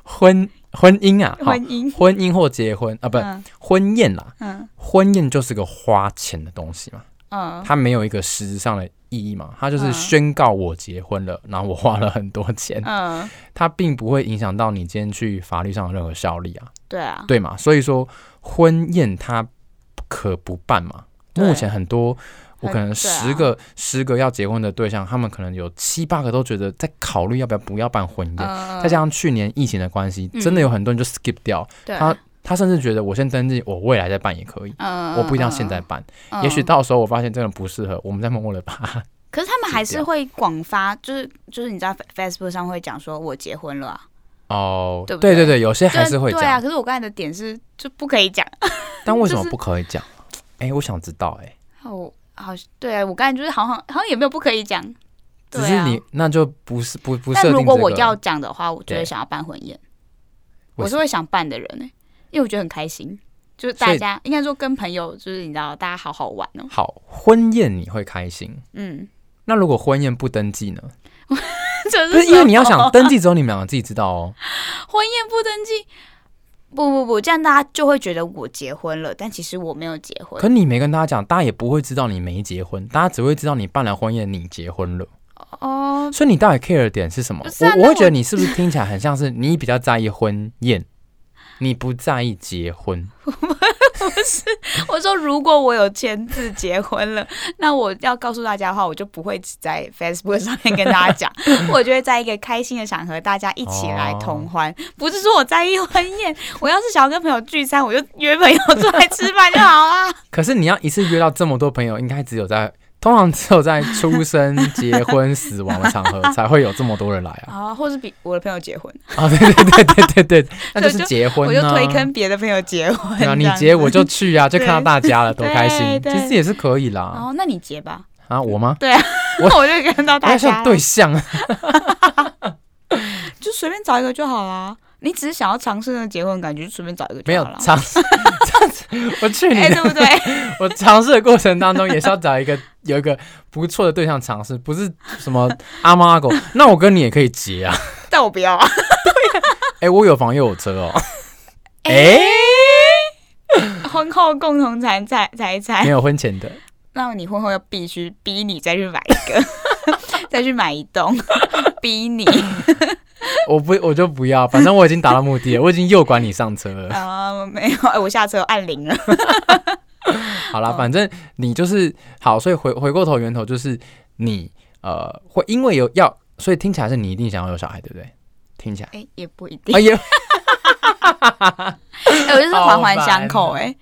[SPEAKER 2] 婚婚姻啊，好
[SPEAKER 1] 婚姻
[SPEAKER 2] 婚姻或结婚啊，不、
[SPEAKER 1] 嗯
[SPEAKER 2] 婚宴啦、
[SPEAKER 1] 嗯
[SPEAKER 2] 婚宴就是个花钱的东西嘛，
[SPEAKER 1] 嗯，
[SPEAKER 2] 它没有一个实质上的意义嘛，它就是
[SPEAKER 1] 嗯
[SPEAKER 2] 宣告我结婚了，然后我花了很多钱，
[SPEAKER 1] 嗯，
[SPEAKER 2] 它并不会影响到你今天去法律上的任何效力啊，
[SPEAKER 1] 对啊，
[SPEAKER 2] 对嘛？所以说婚宴它不可不办嘛。
[SPEAKER 1] 对
[SPEAKER 2] 目前很多我
[SPEAKER 1] 很
[SPEAKER 2] 可能
[SPEAKER 1] 对啊
[SPEAKER 2] 十个、十个要结婚的对象，他们可能有七八个都觉得在考虑要不要不要办婚宴，
[SPEAKER 1] 嗯，
[SPEAKER 2] 再加上去年疫情的关系，真的有很多人就 skip 掉，
[SPEAKER 1] 对
[SPEAKER 2] 他他甚至觉得我先登记，我未来再办也可以，
[SPEAKER 1] 嗯，
[SPEAKER 2] 我不一定要现在办。
[SPEAKER 1] 嗯，
[SPEAKER 2] 也许
[SPEAKER 1] 嗯
[SPEAKER 2] 到时候我发现真的不适合，我们再默默的
[SPEAKER 1] [laughs]
[SPEAKER 2] 把。
[SPEAKER 1] 可是他们还
[SPEAKER 2] 死
[SPEAKER 1] 是
[SPEAKER 2] 掉
[SPEAKER 1] 会广发，就是就是你知道 Facebook 上会讲说我结婚了啊，
[SPEAKER 2] 哦，
[SPEAKER 1] 对不
[SPEAKER 2] 对
[SPEAKER 1] 对
[SPEAKER 2] 对，有些还是会
[SPEAKER 1] 对
[SPEAKER 2] 讲，
[SPEAKER 1] 对啊。可是我刚才的点是就不可以讲，
[SPEAKER 2] 但为什么
[SPEAKER 1] 就是
[SPEAKER 2] 不可以讲？哎、我想知道、哎，
[SPEAKER 1] 我好对啊，我刚才就是好像好像也没有不可以讲，
[SPEAKER 2] 只
[SPEAKER 1] 对
[SPEAKER 2] 是
[SPEAKER 1] 啊
[SPEAKER 2] 你、那就不是不不设
[SPEAKER 1] 但
[SPEAKER 2] 定、这个。
[SPEAKER 1] 如果我要讲的话，我就会
[SPEAKER 2] 对
[SPEAKER 1] 想要办婚宴，我
[SPEAKER 2] 为什
[SPEAKER 1] 是
[SPEAKER 2] 么
[SPEAKER 1] 会想办的人呢、因为我觉得很开心，就是
[SPEAKER 2] 所
[SPEAKER 1] 大
[SPEAKER 2] 以
[SPEAKER 1] 家应该说跟朋友，就是你知道大家好好玩哦、
[SPEAKER 2] 好婚宴，你会开心。 [laughs]
[SPEAKER 1] 嗯，
[SPEAKER 2] 那如果婚宴不登记呢？
[SPEAKER 1] 就
[SPEAKER 2] 不是因为你要
[SPEAKER 1] 什么
[SPEAKER 2] 想登记，只有你们两个自己知道哦。
[SPEAKER 1] 婚宴不登记，不不不，这样大家就会觉得我结婚了，但其实我没有结婚
[SPEAKER 2] 可。你没跟大家讲，大家也不会知道你没结婚，大家只会知道你办了婚宴，你结婚了。
[SPEAKER 1] 哦，
[SPEAKER 2] 所以你到底 care 的点是什么？
[SPEAKER 1] 不是啊
[SPEAKER 2] 我
[SPEAKER 1] 那
[SPEAKER 2] 我会
[SPEAKER 1] 我
[SPEAKER 2] 觉得你是不是听起来很像是你比较在意婚宴， [laughs] 你不在意结婚。
[SPEAKER 1] [laughs] 我说如果我有签字结婚了， [laughs] 那我要告诉大家的话，我就不会只在 Facebook 上面跟大家
[SPEAKER 2] [laughs]
[SPEAKER 1] 讲，我就会在一个开心的场合，大家一起来同
[SPEAKER 2] 哦
[SPEAKER 1] 欢。不是说我在意婚宴， [laughs] 我要是想要跟朋友聚餐，我就约朋友出来吃饭就好啊
[SPEAKER 2] [laughs]
[SPEAKER 1] 啦。
[SPEAKER 2] 可是你要一次约到这么多朋友，应该只有在通常只有在出生、结婚、死亡的场合才会有这么多人来
[SPEAKER 1] [laughs]
[SPEAKER 2] 啊。
[SPEAKER 1] 啊，或是比我的朋友结婚，
[SPEAKER 2] 啊，对对对对对对，那就
[SPEAKER 1] 对
[SPEAKER 2] 是
[SPEAKER 1] 就
[SPEAKER 2] 结婚、啊，
[SPEAKER 1] 我就推坑别的朋友结婚。
[SPEAKER 2] 对啊，
[SPEAKER 1] 这
[SPEAKER 2] 你
[SPEAKER 1] 样
[SPEAKER 2] 结
[SPEAKER 1] 子
[SPEAKER 2] 我就去啊，就看到
[SPEAKER 1] 对
[SPEAKER 2] 大家了，多开心！
[SPEAKER 1] 对
[SPEAKER 2] 其
[SPEAKER 1] 对
[SPEAKER 2] 实也是可以啦。
[SPEAKER 1] 哦，那你结吧，
[SPEAKER 2] 啊，我吗？我
[SPEAKER 1] 那 [laughs] 我就看到
[SPEAKER 2] 我要
[SPEAKER 1] 大家
[SPEAKER 2] 像对象啊，
[SPEAKER 1] 就随便找一个就好啦。你只是想要尝试那个结婚感觉，就随便找一个
[SPEAKER 2] 没
[SPEAKER 1] 就
[SPEAKER 2] 有
[SPEAKER 1] 好了。
[SPEAKER 2] [laughs] 尝试。我去
[SPEAKER 1] 哎、
[SPEAKER 2] 你的！
[SPEAKER 1] 对不对？ [laughs]
[SPEAKER 2] 我尝试的过程当中，也是要找一个有一个不错的对象尝试，不是什么阿猫阿狗。那我跟你也可以结啊！
[SPEAKER 1] 但我不要啊。
[SPEAKER 2] 哎，我有房又有车哦。
[SPEAKER 1] 哎
[SPEAKER 2] 哎，
[SPEAKER 1] 婚后共同财财财
[SPEAKER 2] 没
[SPEAKER 1] 产，
[SPEAKER 2] 有婚前的，
[SPEAKER 1] 那你婚后要必须逼你再去买一个， [laughs] 再去买一栋，逼 [laughs] 你
[SPEAKER 2] 我不我就不要，反正我已经达到目的了，我已经诱拐你上车了。
[SPEAKER 1] 啊、没有，哎我下车按铃了。
[SPEAKER 2] 好啦，
[SPEAKER 1] 嗯
[SPEAKER 2] 反正你就是好，所以回回过头源头就是你呃会因为有要，所以听起来是你一定想要有小孩，对不对？听起来，
[SPEAKER 1] 哎、也不一定，
[SPEAKER 2] 哎呀，
[SPEAKER 1] 哎我就是环环相
[SPEAKER 2] 好
[SPEAKER 1] 扣、哎，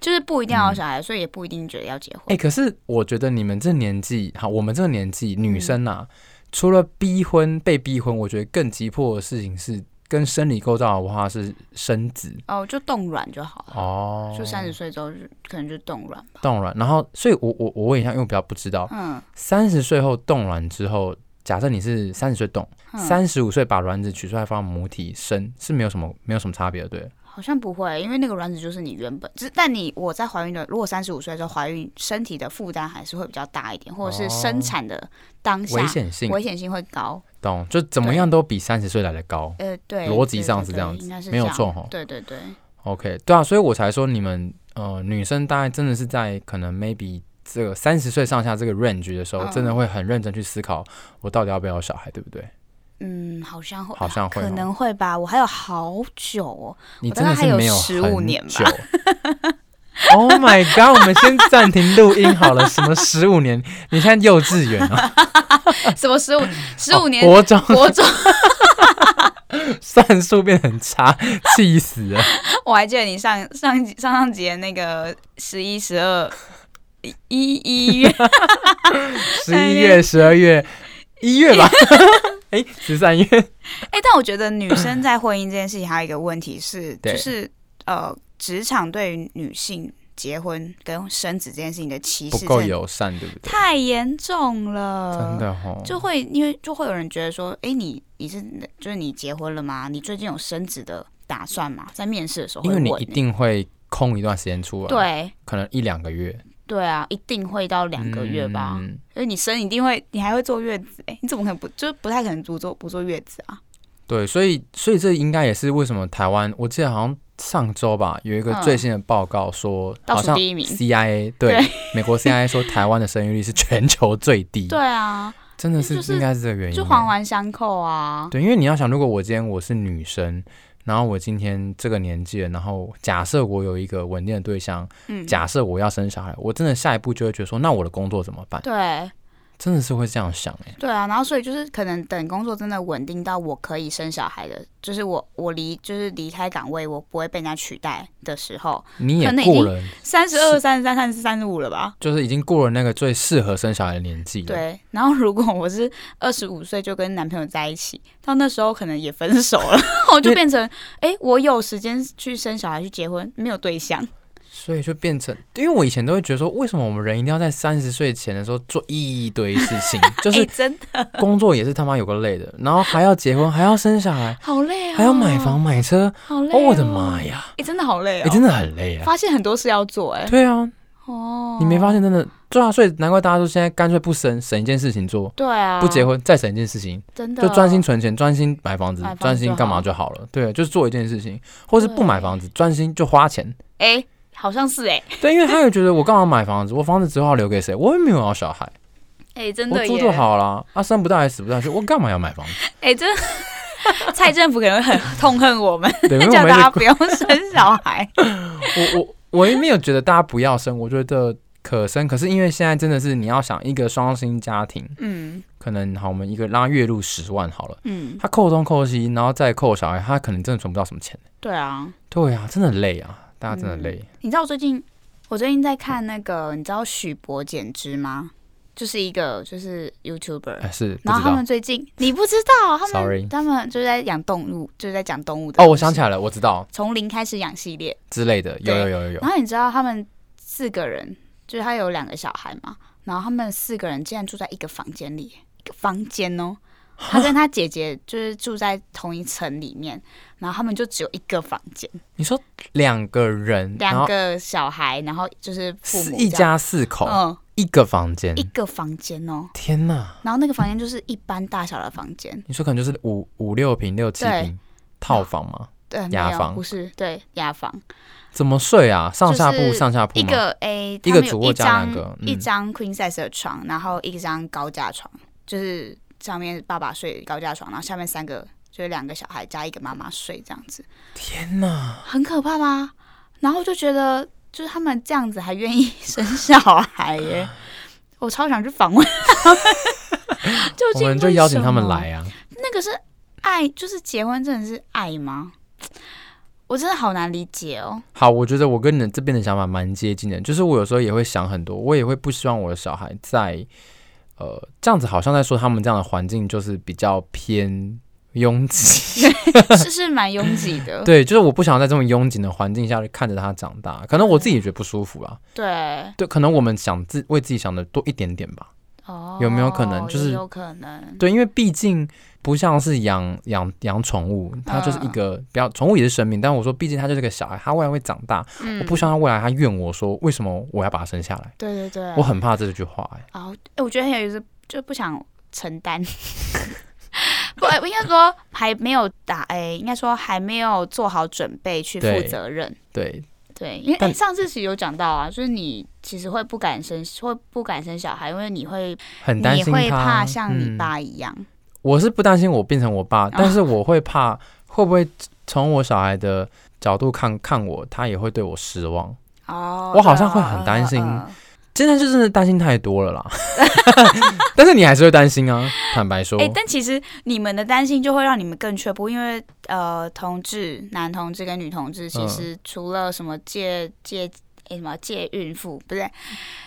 [SPEAKER 1] 就是不一定要有小孩，所以也不一定觉得要结婚。
[SPEAKER 2] 哎，可是我觉得你们这年纪，好，我们这个年纪
[SPEAKER 1] 嗯
[SPEAKER 2] 女生啊，除了逼婚被逼婚，我觉得更急迫的事情是跟生理构造的话是生子
[SPEAKER 1] 哦，就冻卵就好了，
[SPEAKER 2] 哦，
[SPEAKER 1] 就三十岁之后就可能就冻卵吧。
[SPEAKER 2] 冻卵，然后所以我我我问一下，因为我比较不知道，
[SPEAKER 1] 嗯，
[SPEAKER 2] 三十岁后冻卵之后，假设你是三十岁冻。
[SPEAKER 1] 嗯
[SPEAKER 2] 三十五岁把卵子取出来放母体生是没有什么没有什么差别的，对了。
[SPEAKER 1] 好像不会，因为那个卵子就是你原本，只是但你我在怀孕的，如果三十五岁的时候怀孕，身体的负担还是会比较大一点，或者是生产的当下、
[SPEAKER 2] 哦危险性
[SPEAKER 1] 危险性会高。
[SPEAKER 2] 懂，就怎么样都比三十岁来的高。
[SPEAKER 1] 呃，对，
[SPEAKER 2] 逻辑上
[SPEAKER 1] 对
[SPEAKER 2] 是
[SPEAKER 1] 对
[SPEAKER 2] 这样子
[SPEAKER 1] 应该是
[SPEAKER 2] 没有
[SPEAKER 1] 这样
[SPEAKER 2] 错哦吼
[SPEAKER 1] 对对对，
[SPEAKER 2] OK，对啊，所以我才说你们呃女生大概真的是在可能 maybe 这个三十岁上下这个 range 的时候，
[SPEAKER 1] 嗯
[SPEAKER 2] 真的会很认真去思考我到底要不要有小孩，对不对？
[SPEAKER 1] 嗯，好像会，
[SPEAKER 2] 好像会哦
[SPEAKER 1] 可能会吧。我还有好久哦，
[SPEAKER 2] 你
[SPEAKER 1] 我
[SPEAKER 2] 真
[SPEAKER 1] 大概
[SPEAKER 2] 的是没有
[SPEAKER 1] 还有15年吧
[SPEAKER 2] 很久 Oh my god！我们先暂停录音好了。什么十五年？你现在幼稚园啊？
[SPEAKER 1] 什么
[SPEAKER 2] [laughs]
[SPEAKER 1] 十五十五年
[SPEAKER 2] 哦国中
[SPEAKER 1] 国中， [laughs]
[SPEAKER 2] 算术变得很差，气死了。
[SPEAKER 1] 我还记得你上上上上节那个十一十二一一月，
[SPEAKER 2] 十一
[SPEAKER 1] 哎
[SPEAKER 2] 月、十二月、一月
[SPEAKER 1] [laughs]
[SPEAKER 2] 吧，哎、十三月，
[SPEAKER 1] 哎、但我觉得女生在婚姻这件事情还有一个问题是，
[SPEAKER 2] 对
[SPEAKER 1] 就是呃，职场对于女性结婚跟生子这件事情的歧视
[SPEAKER 2] 不够
[SPEAKER 1] 真的
[SPEAKER 2] 友善，对不对？
[SPEAKER 1] 太严重了，
[SPEAKER 2] 真的哦，
[SPEAKER 1] 就会因为就会有人觉得说，哎、你你是就是你结婚了吗？你最近有生子的打算吗？在面试的时候会
[SPEAKER 2] 因为
[SPEAKER 1] 问欸
[SPEAKER 2] 你一定会空一段时间出来，，
[SPEAKER 1] 对
[SPEAKER 2] 可能一两个月，
[SPEAKER 1] 对啊，一定会到两个月吧，
[SPEAKER 2] 嗯
[SPEAKER 1] 因为你生一定会，你还会坐月子，哎、你怎么可能不就是不太可能不坐不坐月子啊？
[SPEAKER 2] 对，所以所以这应该也是为什么台湾，我记得好像上周吧，有一个
[SPEAKER 1] 嗯
[SPEAKER 2] 最新的报告说，
[SPEAKER 1] 倒
[SPEAKER 2] 好
[SPEAKER 1] 数
[SPEAKER 2] 像
[SPEAKER 1] 第一名
[SPEAKER 2] CIA 对
[SPEAKER 1] 对
[SPEAKER 2] 美国 CIA 说台湾的生育率是全球最低，
[SPEAKER 1] 对，啊，
[SPEAKER 2] 真的
[SPEAKER 1] 就是是
[SPEAKER 2] 应该是这个原因，欸
[SPEAKER 1] 就环环相扣啊。
[SPEAKER 2] 对，因为你要想，如果我今天我是女生，然后我今天这个年纪了，然后假设我有一个稳定的对象，
[SPEAKER 1] 嗯，
[SPEAKER 2] 假设我要生小孩，我真的下一步就会觉得说，那我的工作怎么办？
[SPEAKER 1] 对，
[SPEAKER 2] 真的是会这样想哎、
[SPEAKER 1] 对啊，然后所以就是可能等工作真的稳定到我可以生小孩的，就是我我离就是离开岗位，我不会被人家取代的时候，
[SPEAKER 2] 你也
[SPEAKER 1] 可能已
[SPEAKER 2] 过
[SPEAKER 1] 经
[SPEAKER 2] 了，
[SPEAKER 1] 三十二、三十三、三十三十五了吧？
[SPEAKER 2] 就是已经过了那个最适合生小孩的年纪了。，
[SPEAKER 1] 对，然后如果我是二十五岁就跟男朋友在一起，到那时候可能也分手了， [laughs] 我就变成哎、诶我有时间去生小孩去结婚，没有对象。
[SPEAKER 2] 所以就变成，因为我以前都会觉得说，为什么我们人一定要在三十岁前的时候做一堆事
[SPEAKER 1] [laughs]
[SPEAKER 2] 情，就
[SPEAKER 1] 哎、
[SPEAKER 2] 是
[SPEAKER 1] 真的
[SPEAKER 2] 工作也是他妈有个累的，然后还要结婚，还要生小孩，
[SPEAKER 1] 好累啊、哦，
[SPEAKER 2] 还要买，房买车，
[SPEAKER 1] 好累
[SPEAKER 2] 哦，
[SPEAKER 1] 哦、
[SPEAKER 2] 我的妈呀，
[SPEAKER 1] 哎、真的好累
[SPEAKER 2] 哎、
[SPEAKER 1] 哦，
[SPEAKER 2] 真的很累啊。
[SPEAKER 1] 发现很多事要做、哎，
[SPEAKER 2] 对啊，
[SPEAKER 1] 哦，
[SPEAKER 2] 你没发？现真的？对啊，所以难怪大家都现在干脆不生，省一件事情做，
[SPEAKER 1] 对啊，
[SPEAKER 2] 不结婚再省一件事情，
[SPEAKER 1] 真的
[SPEAKER 2] 就专心存钱，专心买房子
[SPEAKER 1] 买房，子
[SPEAKER 2] 专心干嘛就好了。对，啊就是做一件事情，或是不买房子，专心就花钱。
[SPEAKER 1] 哎、好像是哎、
[SPEAKER 2] [laughs] 对，因为他也觉得我干嘛买房子，我房子之后要留给谁？我又没有要小孩，
[SPEAKER 1] 哎、真
[SPEAKER 2] 我
[SPEAKER 1] 的
[SPEAKER 2] 住
[SPEAKER 1] 耶，
[SPEAKER 2] 就好啦。啊，生不大还死不大去，我干嘛要买
[SPEAKER 1] [laughs]
[SPEAKER 2] 房子？
[SPEAKER 1] 哎、真的。蔡政府可能会
[SPEAKER 2] [laughs]
[SPEAKER 1] 很痛恨我们，
[SPEAKER 2] 对，因为我
[SPEAKER 1] 叫
[SPEAKER 2] 没
[SPEAKER 1] 大家
[SPEAKER 2] 得
[SPEAKER 1] 不用生小孩。
[SPEAKER 2] 我我我也没有觉得大家不要生，我觉得可生，可是因为现在真的是你要想一个双薪家庭，
[SPEAKER 1] 嗯
[SPEAKER 2] 可能好，我们一个让他月入十万好了，
[SPEAKER 1] 嗯，
[SPEAKER 2] 他扣东扣西，然后再扣小孩，他可能真的存不到什么钱。
[SPEAKER 1] 对啊。
[SPEAKER 2] 对啊，真的累啊，大家真的累。
[SPEAKER 1] 你知道我最近，我最近在看那个，你知道许博简之吗？就是一个就是 YouTuber，
[SPEAKER 2] 哎，是
[SPEAKER 1] 嗯
[SPEAKER 2] 不
[SPEAKER 1] 然后
[SPEAKER 2] 知
[SPEAKER 1] 他
[SPEAKER 2] 道
[SPEAKER 1] 们最近你不知道，他们
[SPEAKER 2] Sorry
[SPEAKER 1] 他们就是在养动物，就是在讲动物的。
[SPEAKER 2] 哦，我想起来了，我知道
[SPEAKER 1] 从零开始养系列，
[SPEAKER 2] 之类的，有有有有有
[SPEAKER 1] 然，后你知道他们四个人，就是他有两个小孩嘛，然后他们四个人竟然住在一个房间里，一个房间哦。他跟他姐姐就是住在同一层里面，然后他们就只有一个房间，
[SPEAKER 2] 你说两个人，然
[SPEAKER 1] 两
[SPEAKER 2] 后
[SPEAKER 1] 个小孩，然后就是父
[SPEAKER 2] 四
[SPEAKER 1] 母
[SPEAKER 2] 一
[SPEAKER 1] 这样，
[SPEAKER 2] 家四口、
[SPEAKER 1] 嗯，
[SPEAKER 2] 一个房间
[SPEAKER 1] 一，个房间哦。
[SPEAKER 2] 天哪！
[SPEAKER 1] 然后那个房间就是一般大小的房间，
[SPEAKER 2] 你说可能就是五五六平六七
[SPEAKER 1] 对
[SPEAKER 2] 平套房吗？
[SPEAKER 1] 对，没
[SPEAKER 2] 雅
[SPEAKER 1] 有，
[SPEAKER 2] 房
[SPEAKER 1] 不是，对，雅房，
[SPEAKER 2] 怎么睡啊？上下铺、
[SPEAKER 1] 就是
[SPEAKER 2] 上下铺
[SPEAKER 1] 一
[SPEAKER 2] 吗？
[SPEAKER 1] 个诶，
[SPEAKER 2] 一
[SPEAKER 1] 他
[SPEAKER 2] 个
[SPEAKER 1] 们有
[SPEAKER 2] 主卧
[SPEAKER 1] 一
[SPEAKER 2] 加
[SPEAKER 1] 张
[SPEAKER 2] 两个嗯
[SPEAKER 1] 一张 queen size 的床，然后一张高架床，就是上面爸爸睡高架床，然后下面三个就是两个小孩加一个妈妈睡这样
[SPEAKER 2] [gasps]
[SPEAKER 1] 子，
[SPEAKER 2] 天哪！
[SPEAKER 1] 很可怕吗？然后就觉得就是他们这样子还愿意生小孩
[SPEAKER 2] [gasps]
[SPEAKER 1] 耶，我超想去访问他们，究
[SPEAKER 2] [laughs] 我
[SPEAKER 1] 竟
[SPEAKER 2] 们就
[SPEAKER 1] 为
[SPEAKER 2] 邀请
[SPEAKER 1] 什
[SPEAKER 2] 他们
[SPEAKER 1] 么
[SPEAKER 2] 来啊。
[SPEAKER 1] 那个是爱，就是结婚真的是爱吗？我真的好难理解
[SPEAKER 2] [laughs]
[SPEAKER 1] 哦。
[SPEAKER 2] 好，我觉得我跟你的这边的想法蛮接近的，就是我有时候也会想很多，我也会不希望我的小孩在呃这样子，好像在说他们这样的环境就是比较偏拥挤，
[SPEAKER 1] 是是蛮拥挤的，
[SPEAKER 2] 对，就是我不想在这种拥挤的环境下看着他长大，可能我自己也觉得不舒服啊，
[SPEAKER 1] 对，
[SPEAKER 2] 对，可能我们想自为自己想的多一点点吧，
[SPEAKER 1] 哦，
[SPEAKER 2] 有没有可能就是
[SPEAKER 1] 也有可能？
[SPEAKER 2] 对，因为毕竟不像是养养养宠物，它就是
[SPEAKER 1] 嗯
[SPEAKER 2] 一个比较宠物也是生命，但我说毕竟它就是个小孩，它未来会长大，
[SPEAKER 1] 嗯
[SPEAKER 2] 我不希望它未来它怨我说为什么我要把它生下来。
[SPEAKER 1] 对对对，
[SPEAKER 2] 我很怕这句话、哎，
[SPEAKER 1] 啊，哎我觉得很有意思，就不想承担。 [laughs] 不，哎应该说还没有打，哎、应该说还没有做好准备去负
[SPEAKER 2] 对
[SPEAKER 1] 责任。
[SPEAKER 2] 对，
[SPEAKER 1] 对，因为、
[SPEAKER 2] 但
[SPEAKER 1] 哎上次其实有讲到啊，就是你其实会不敢生，会不敢生小孩，因为你会
[SPEAKER 2] 很担
[SPEAKER 1] 你
[SPEAKER 2] 心
[SPEAKER 1] 会怕
[SPEAKER 2] 他
[SPEAKER 1] 像你、
[SPEAKER 2] 嗯
[SPEAKER 1] 爸哦一样，
[SPEAKER 2] 我是不担心我变成我爸，但是我会怕会不会从我小孩的角度看看我，他也会对我失望。
[SPEAKER 1] 哦，
[SPEAKER 2] 我好像
[SPEAKER 1] 对
[SPEAKER 2] 会
[SPEAKER 1] 啊
[SPEAKER 2] 很担心
[SPEAKER 1] 嗯嗯嗯
[SPEAKER 2] 真的就真的担心太多
[SPEAKER 1] [laughs]
[SPEAKER 2] 了啦，但是你还是会担心啊。坦白说，
[SPEAKER 1] 哎、但其实你们的担心就会让你们更却步，因为呃，同志、男同志跟女同志，其
[SPEAKER 2] 嗯
[SPEAKER 1] 实除了什么借借哎、什么借孕妇，不是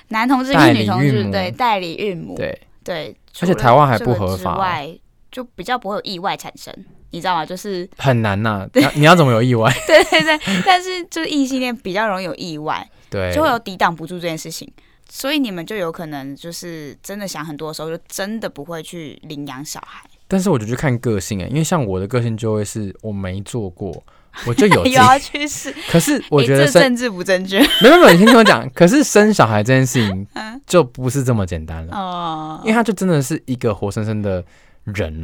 [SPEAKER 1] 男同志
[SPEAKER 2] 代
[SPEAKER 1] 跟
[SPEAKER 2] 理
[SPEAKER 1] 女同
[SPEAKER 2] 孕
[SPEAKER 1] 志
[SPEAKER 2] 母
[SPEAKER 1] 对代理孕母，
[SPEAKER 2] 对，
[SPEAKER 1] 对，
[SPEAKER 2] 而且
[SPEAKER 1] 除了
[SPEAKER 2] 台湾还
[SPEAKER 1] 这
[SPEAKER 2] 不
[SPEAKER 1] 个
[SPEAKER 2] 合
[SPEAKER 1] 之
[SPEAKER 2] 法啊
[SPEAKER 1] 外就比较不会有意外产生，你知道吗？就是 [laughs]
[SPEAKER 2] 很难呐、你要你要怎么有意外？ [laughs]
[SPEAKER 1] 对对对，但是就是异性恋比较容易有意外，
[SPEAKER 2] 对，
[SPEAKER 1] 就会有抵挡不住这件事情。所以你们就有可能就是真的想很多的时候，就真的不会去领养小孩。
[SPEAKER 2] 但是我就去看个性哎、因为像我的个性就会是我没做过，我就有
[SPEAKER 1] [laughs] 又
[SPEAKER 2] 自己。
[SPEAKER 1] 要去试，
[SPEAKER 2] 可是我觉得
[SPEAKER 1] 欸这
[SPEAKER 2] 生、
[SPEAKER 1] 政治不正
[SPEAKER 2] [laughs]
[SPEAKER 1] 确
[SPEAKER 2] 没有没有，你听
[SPEAKER 1] [laughs]
[SPEAKER 2] 我讲，可是生小孩这件事情
[SPEAKER 1] 嗯
[SPEAKER 2] 就不是这么简单了。
[SPEAKER 1] 哦
[SPEAKER 2] 因。为他就真的是一个活生生的 人